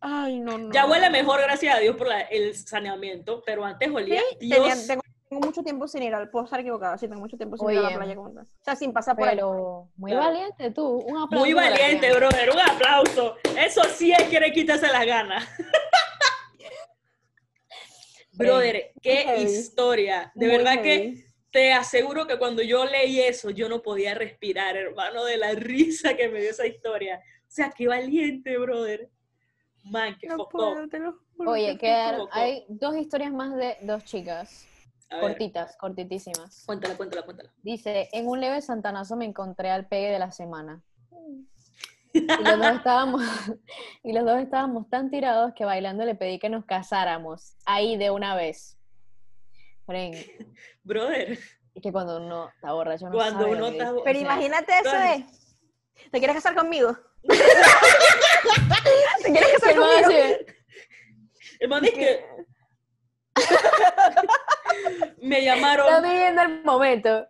Speaker 2: Ay, no, no.
Speaker 3: Ya huele mejor, gracias a Dios, por la- el saneamiento, pero antes olía,
Speaker 2: Sí,
Speaker 3: Dios,
Speaker 2: tenía- tengo, tengo mucho tiempo sin ir al, puedo estar equivocada, sí, tengo mucho tiempo sin ir a la
Speaker 1: Oye.
Speaker 2: playa como tal. O sea, sin pasar por ahí.
Speaker 1: Pero muy
Speaker 3: Ah, Claro.
Speaker 1: valiente tú, un aplauso.
Speaker 3: muy
Speaker 1: para
Speaker 3: valiente,
Speaker 1: ti.
Speaker 3: brother, un aplauso. Eso sí es quiere quitarse las
Speaker 2: [LAUGHS]
Speaker 3: ganas. Brother, qué
Speaker 2: heavy.
Speaker 3: historia. De
Speaker 2: Muy
Speaker 3: verdad que
Speaker 2: heavy.
Speaker 3: te aseguro que cuando yo leí eso, yo no podía respirar, hermano, de la risa que me dio esa historia. O sea, qué valiente, brother. Man, qué
Speaker 2: No
Speaker 3: focó.
Speaker 2: puedo, te lo juro.
Speaker 1: Oye,
Speaker 2: que
Speaker 1: quedaron,
Speaker 3: poco.
Speaker 1: hay dos historias más de dos chicas,
Speaker 3: A ver,
Speaker 1: cortitas, cortitísimas.
Speaker 3: cuéntala, cuéntala, cuéntala.
Speaker 1: Dice, en un leve santanazo me encontré al pegue de la semana. Y los
Speaker 3: [LAUGHS]
Speaker 1: dos estábamos, [LAUGHS] y los dos estábamos tan tirados que bailando le pedí que nos casáramos, ahí de una vez. Fren,
Speaker 3: Brother, [LAUGHS]
Speaker 1: es que cuando uno está borracho no
Speaker 3: Cuando
Speaker 1: sabe lo
Speaker 3: uno
Speaker 1: que
Speaker 3: está
Speaker 1: dice,
Speaker 3: bo-
Speaker 1: o
Speaker 3: [LAUGHS]
Speaker 2: Pero
Speaker 1: sea,
Speaker 2: imagínate eso de. ¿Te quieres casar conmigo? ¿Te quieres
Speaker 1: ¿qué
Speaker 2: casar
Speaker 1: le va a
Speaker 2: conmigo?
Speaker 1: decir?
Speaker 3: hermano, es que [LAUGHS] me
Speaker 2: [LAUGHS]
Speaker 3: llamaron.
Speaker 1: Está viviendo el momento.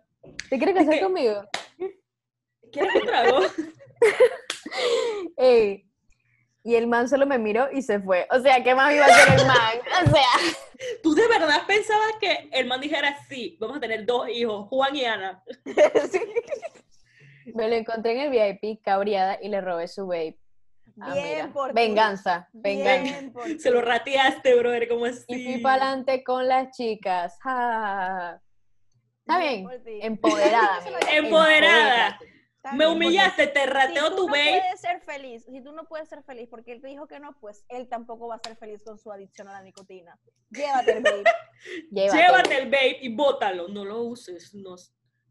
Speaker 1: ¿Te quieres
Speaker 3: [LAUGHS]
Speaker 1: casar
Speaker 3: que-
Speaker 1: conmigo?
Speaker 3: ¿Quieres un trago?
Speaker 1: Ey. Y el man solo me miró y se fue. O sea, ¿qué más iba a hacer el man? O sea,
Speaker 3: ¿Tú de verdad pensabas que el man dijera sí? Vamos a tener dos hijos, Juan y Ana. [LAUGHS]
Speaker 2: [LAUGHS] Sí.
Speaker 1: me lo encontré en el VIP cabreada y le robé su vape. Ah,
Speaker 2: Bien
Speaker 1: mira.
Speaker 2: por ti.
Speaker 1: Venganza, venganza.
Speaker 2: Bien por
Speaker 3: Se lo rateaste, brother, como así.
Speaker 1: Y fui para adelante con las chicas. Ja, ja, ja. Está
Speaker 2: Bien
Speaker 1: bien, em,
Speaker 2: por ti. [LAUGHS]
Speaker 1: empoderada. amiga,
Speaker 3: Empoderada.
Speaker 2: Está
Speaker 3: Me
Speaker 2: bien,
Speaker 3: humillaste, te
Speaker 2: porque
Speaker 3: rateo
Speaker 2: si tú
Speaker 3: tu
Speaker 2: no
Speaker 3: babe.
Speaker 2: puedes ser feliz, si tú no puedes ser feliz porque él te dijo que no, pues él tampoco va a ser feliz con su adicción a la nicotina. Llévate el
Speaker 3: [LAUGHS]
Speaker 2: babe.
Speaker 1: Llévatelo.
Speaker 3: Llévate el babe y bótalo. No lo uses, no,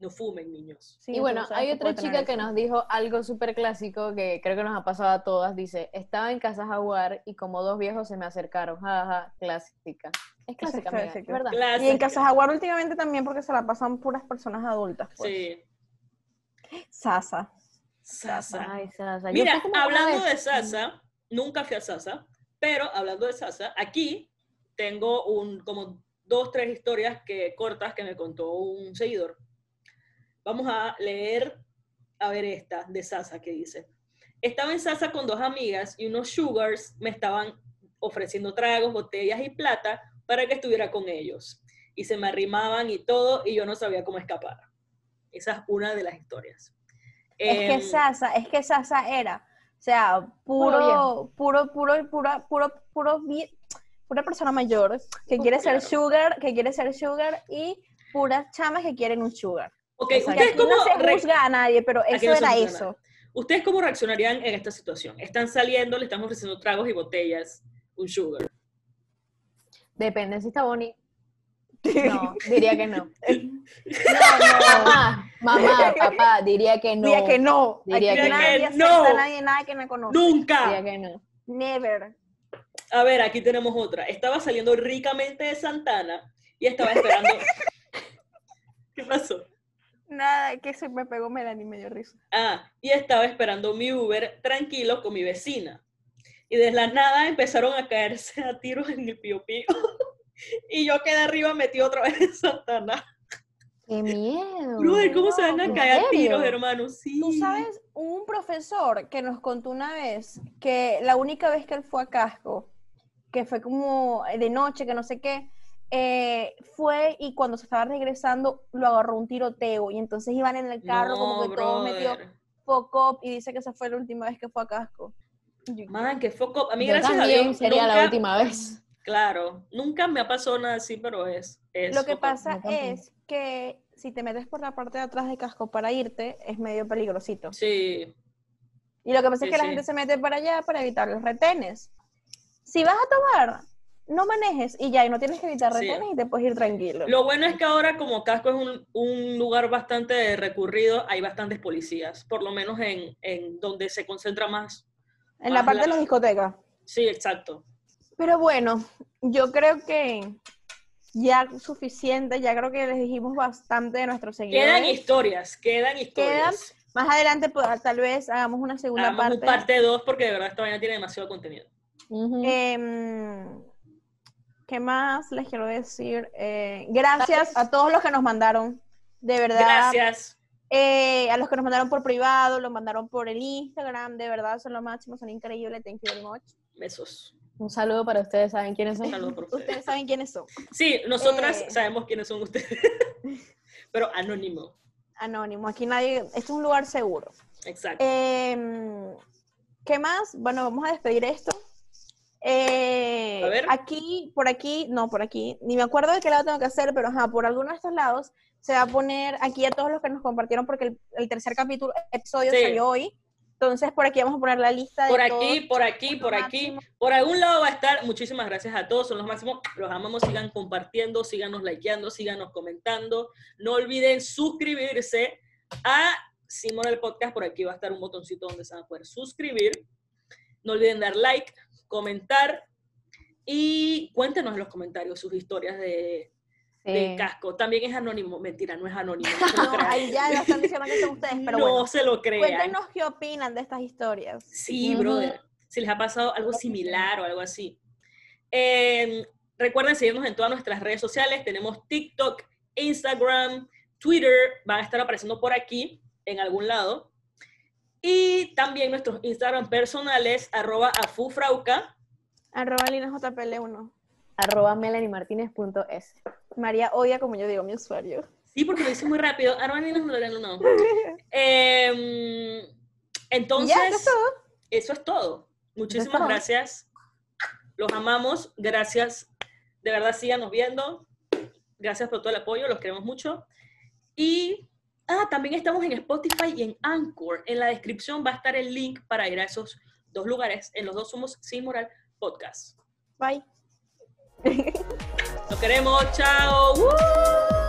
Speaker 3: no fumen, niños.
Speaker 2: Sí,
Speaker 1: Y
Speaker 2: tú
Speaker 1: bueno,
Speaker 2: no sabes
Speaker 1: hay
Speaker 2: que
Speaker 1: otra
Speaker 2: puede tener
Speaker 1: chica que
Speaker 2: eso.
Speaker 1: nos dijo algo súper clásico que creo que nos ha pasado a todas. Dice, estaba en casa Jaguar y como dos viejos se me acercaron. Jaja, clásica. Es
Speaker 2: Esa es
Speaker 1: clásica, amiga,
Speaker 2: clásica.
Speaker 1: ¿verdad?
Speaker 3: Clase.
Speaker 2: Y en Casa Jaguar últimamente también porque se la pasan puras personas adultas. Pues.
Speaker 3: Sí.
Speaker 2: Sasa.
Speaker 3: Sasa.
Speaker 1: Ay, Sasa, yo
Speaker 3: Mira,
Speaker 1: fui como una
Speaker 3: hablando
Speaker 1: vez.
Speaker 3: de Sasa, nunca fui a Sasa, pero hablando de Sasa, aquí tengo un, como dos, tres historias que, cortas que me contó un seguidor. Vamos a leer, a ver esta de Sasa que dice. Estaba en Sasa con dos amigas y unos sugars me estaban ofreciendo tragos, botellas y plata para que estuviera con ellos. Y se me arrimaban y todo y yo no sabía cómo escapar. Esa es una de las historias.
Speaker 2: Es que
Speaker 3: Em,
Speaker 2: Sasa, es que Sasa era, o sea, puro, puro, puro, puro, puro, puro, vie- pura persona mayor que
Speaker 3: Uh,
Speaker 2: quiere
Speaker 3: claro.
Speaker 2: ser sugar, que quiere ser sugar y puras chamas que quieren un sugar.
Speaker 3: Ok,
Speaker 2: O sea,
Speaker 3: ¿ustedes
Speaker 2: aquí
Speaker 3: cómo,
Speaker 2: no se
Speaker 3: re-
Speaker 2: juzga a nadie, pero
Speaker 3: Aquí
Speaker 2: eso
Speaker 3: no se
Speaker 2: era
Speaker 3: juzga a
Speaker 2: eso.
Speaker 3: ¿ustedes cómo reaccionarían en esta situación? Están saliendo, le están ofreciendo tragos y botellas, un sugar.
Speaker 2: [LAUGHS]
Speaker 3: [LAUGHS]
Speaker 1: Depende si está bonito. No, diría que no. No, no, Ah, Mamá, papá, diría que no.
Speaker 2: Diría que no.
Speaker 1: Diría
Speaker 2: Aquí
Speaker 1: que
Speaker 2: nadie
Speaker 3: no.
Speaker 2: acepta a
Speaker 3: No.
Speaker 2: nadie, nada que no conozca.
Speaker 1: Diría
Speaker 3: Nunca.
Speaker 1: que no.
Speaker 2: Never.
Speaker 3: A ver, aquí tenemos otra. Estaba saliendo ricamente de Santana y estaba
Speaker 2: [LAUGHS]
Speaker 3: esperando. ¿Qué pasó?
Speaker 2: Nada, que se me pegó Melanie, me dio risa.
Speaker 3: Ah, y estaba esperando mi Uber tranquilo con mi vecina. Y de la nada empezaron a caerse a tiros en el pío pío. [LAUGHS] Y yo quedé arriba metido otra vez en Santana.
Speaker 1: ¡Qué miedo!
Speaker 3: Brother, ¿cómo se van a
Speaker 1: ¿en
Speaker 3: caer a
Speaker 1: serio?
Speaker 3: tiros, hermano? Sí.
Speaker 2: Tú sabes, hubo un profesor que nos contó una vez que la única vez que él fue a casco, que fue como de noche, que no sé qué, eh, fue y cuando se estaba regresando lo agarró un tiroteo y entonces iban en el carro como que todos metidos
Speaker 3: brother.
Speaker 2: fuck up y dice que esa fue la última vez que fue a casco. Yo-
Speaker 3: Man, qué foco. A mí,
Speaker 1: Yo
Speaker 3: gracias a
Speaker 1: también
Speaker 3: Dios,
Speaker 1: sería la
Speaker 3: nunca-
Speaker 1: última vez.
Speaker 3: Claro, nunca me ha pasado nada así, pero es. es
Speaker 2: Lo que
Speaker 3: foco.
Speaker 2: pasa
Speaker 1: yo también.
Speaker 2: es que si te metes por la parte de atrás de casco para irte, es medio peligrosito.
Speaker 3: Sí,
Speaker 2: Y lo que pasa
Speaker 3: Sí,
Speaker 2: es que la
Speaker 3: sí.
Speaker 2: gente se mete para allá para evitar los retenes. Si vas a tomar, no manejes y ya, y no tienes que evitar
Speaker 3: Sí.
Speaker 2: retenes y te puedes ir tranquilo.
Speaker 3: Lo bueno es que ahora como Casco es un, un lugar bastante recurrido, hay bastantes policías, por lo menos en, en donde se concentra más.
Speaker 2: en la
Speaker 3: más
Speaker 2: parte
Speaker 3: la-
Speaker 2: de las discotecas.
Speaker 3: Sí, exacto.
Speaker 2: Pero bueno, yo creo que ya suficiente, ya creo que les dijimos bastante de nuestros
Speaker 3: Quedan
Speaker 2: seguidores.
Speaker 3: historias, quedan historias.
Speaker 2: Más adelante pues, tal vez hagamos una segunda
Speaker 3: Hagamos un
Speaker 2: parte.
Speaker 3: parte 2 porque de verdad esta vaina tiene demasiado contenido.
Speaker 1: Ujú.
Speaker 3: Eh,
Speaker 2: Em, ¿Qué más les quiero decir? Eh, gracias a todos los que nos mandaron. De verdad.
Speaker 3: Gracias.
Speaker 2: Eh, a los que nos mandaron por privado, lo mandaron por el Instagram, de verdad son los máximos, son increíbles, thank you very much.
Speaker 3: Besos.
Speaker 1: Un saludo para ustedes, ¿saben quiénes son?
Speaker 3: Saludos
Speaker 2: [LAUGHS]
Speaker 3: por ustedes.
Speaker 2: Ustedes saben quiénes son.
Speaker 3: Sí, nosotras
Speaker 2: Eh.
Speaker 3: sabemos quiénes son
Speaker 2: [LAUGHS]
Speaker 3: ustedes, pero anónimo.
Speaker 2: Anónimo, aquí nadie, este es un lugar seguro.
Speaker 3: Exacto.
Speaker 2: Eh, Em, ¿Qué más? Bueno, vamos a despedir esto. Eh,
Speaker 3: A ver.
Speaker 2: Aquí, por aquí, no, por aquí, ni me acuerdo de qué lado tengo que hacer, pero ajá, por alguno de estos lados se va a poner aquí a todos los que nos compartieron porque el, el tercer capítulo, episodio
Speaker 3: Sí.
Speaker 2: salió hoy. Entonces, por aquí vamos a poner la lista de
Speaker 3: Por
Speaker 2: todos.
Speaker 3: aquí, por aquí, por aquí, por algún lado va a estar. Muchísimas gracias a todos, son los máximos. Los amamos, sigan compartiendo, síganos likeando, síganos comentando. No olviden suscribirse a Simón el Podcast. Por aquí va a estar un botoncito donde se van a poder suscribir. No olviden dar like, comentar y cuéntenos en los comentarios sus historias de, de
Speaker 1: Sí.
Speaker 3: casco. También es anónimo. Mentira, no es anónimo.
Speaker 2: [LAUGHS]
Speaker 3: [LAUGHS]
Speaker 2: No, ahí ya lo están diciendo que son ustedes, pero
Speaker 3: no
Speaker 2: bueno.
Speaker 3: se lo crean.
Speaker 2: Cuéntenos qué opinan de estas historias.
Speaker 3: Sí,
Speaker 1: Ujú.
Speaker 3: brother. Si les ha pasado algo similar o algo así. Eh, recuerden seguirnos en todas nuestras redes sociales. Tenemos TikTok, Instagram, Twitter. Van a estar apareciendo por aquí, en algún lado. Y también nuestros Instagram personales, arroba afufrauca.
Speaker 2: Arroba Lina JPL1.
Speaker 1: Arroba melaniemartinez.es.
Speaker 2: María odia, como yo digo, mi usuario.
Speaker 3: Sí, porque lo hice muy rápido. Arroba Nina Lorena,
Speaker 2: [LAUGHS]
Speaker 3: no. Eh, entonces,
Speaker 2: ya, eso es todo.
Speaker 3: eso es todo. Muchísimas
Speaker 1: todo.
Speaker 3: gracias. Los amamos. Gracias. De verdad, síganos viendo. Gracias por todo el apoyo. Los queremos mucho. Y ah, también estamos en Spotify y en Anchor. En la descripción va a estar el link para ir a esos dos lugares. En los dos somos Sin Moral Podcast.
Speaker 2: Bye.
Speaker 3: Los queremos. Chao. ¡Uh! ¡Woo!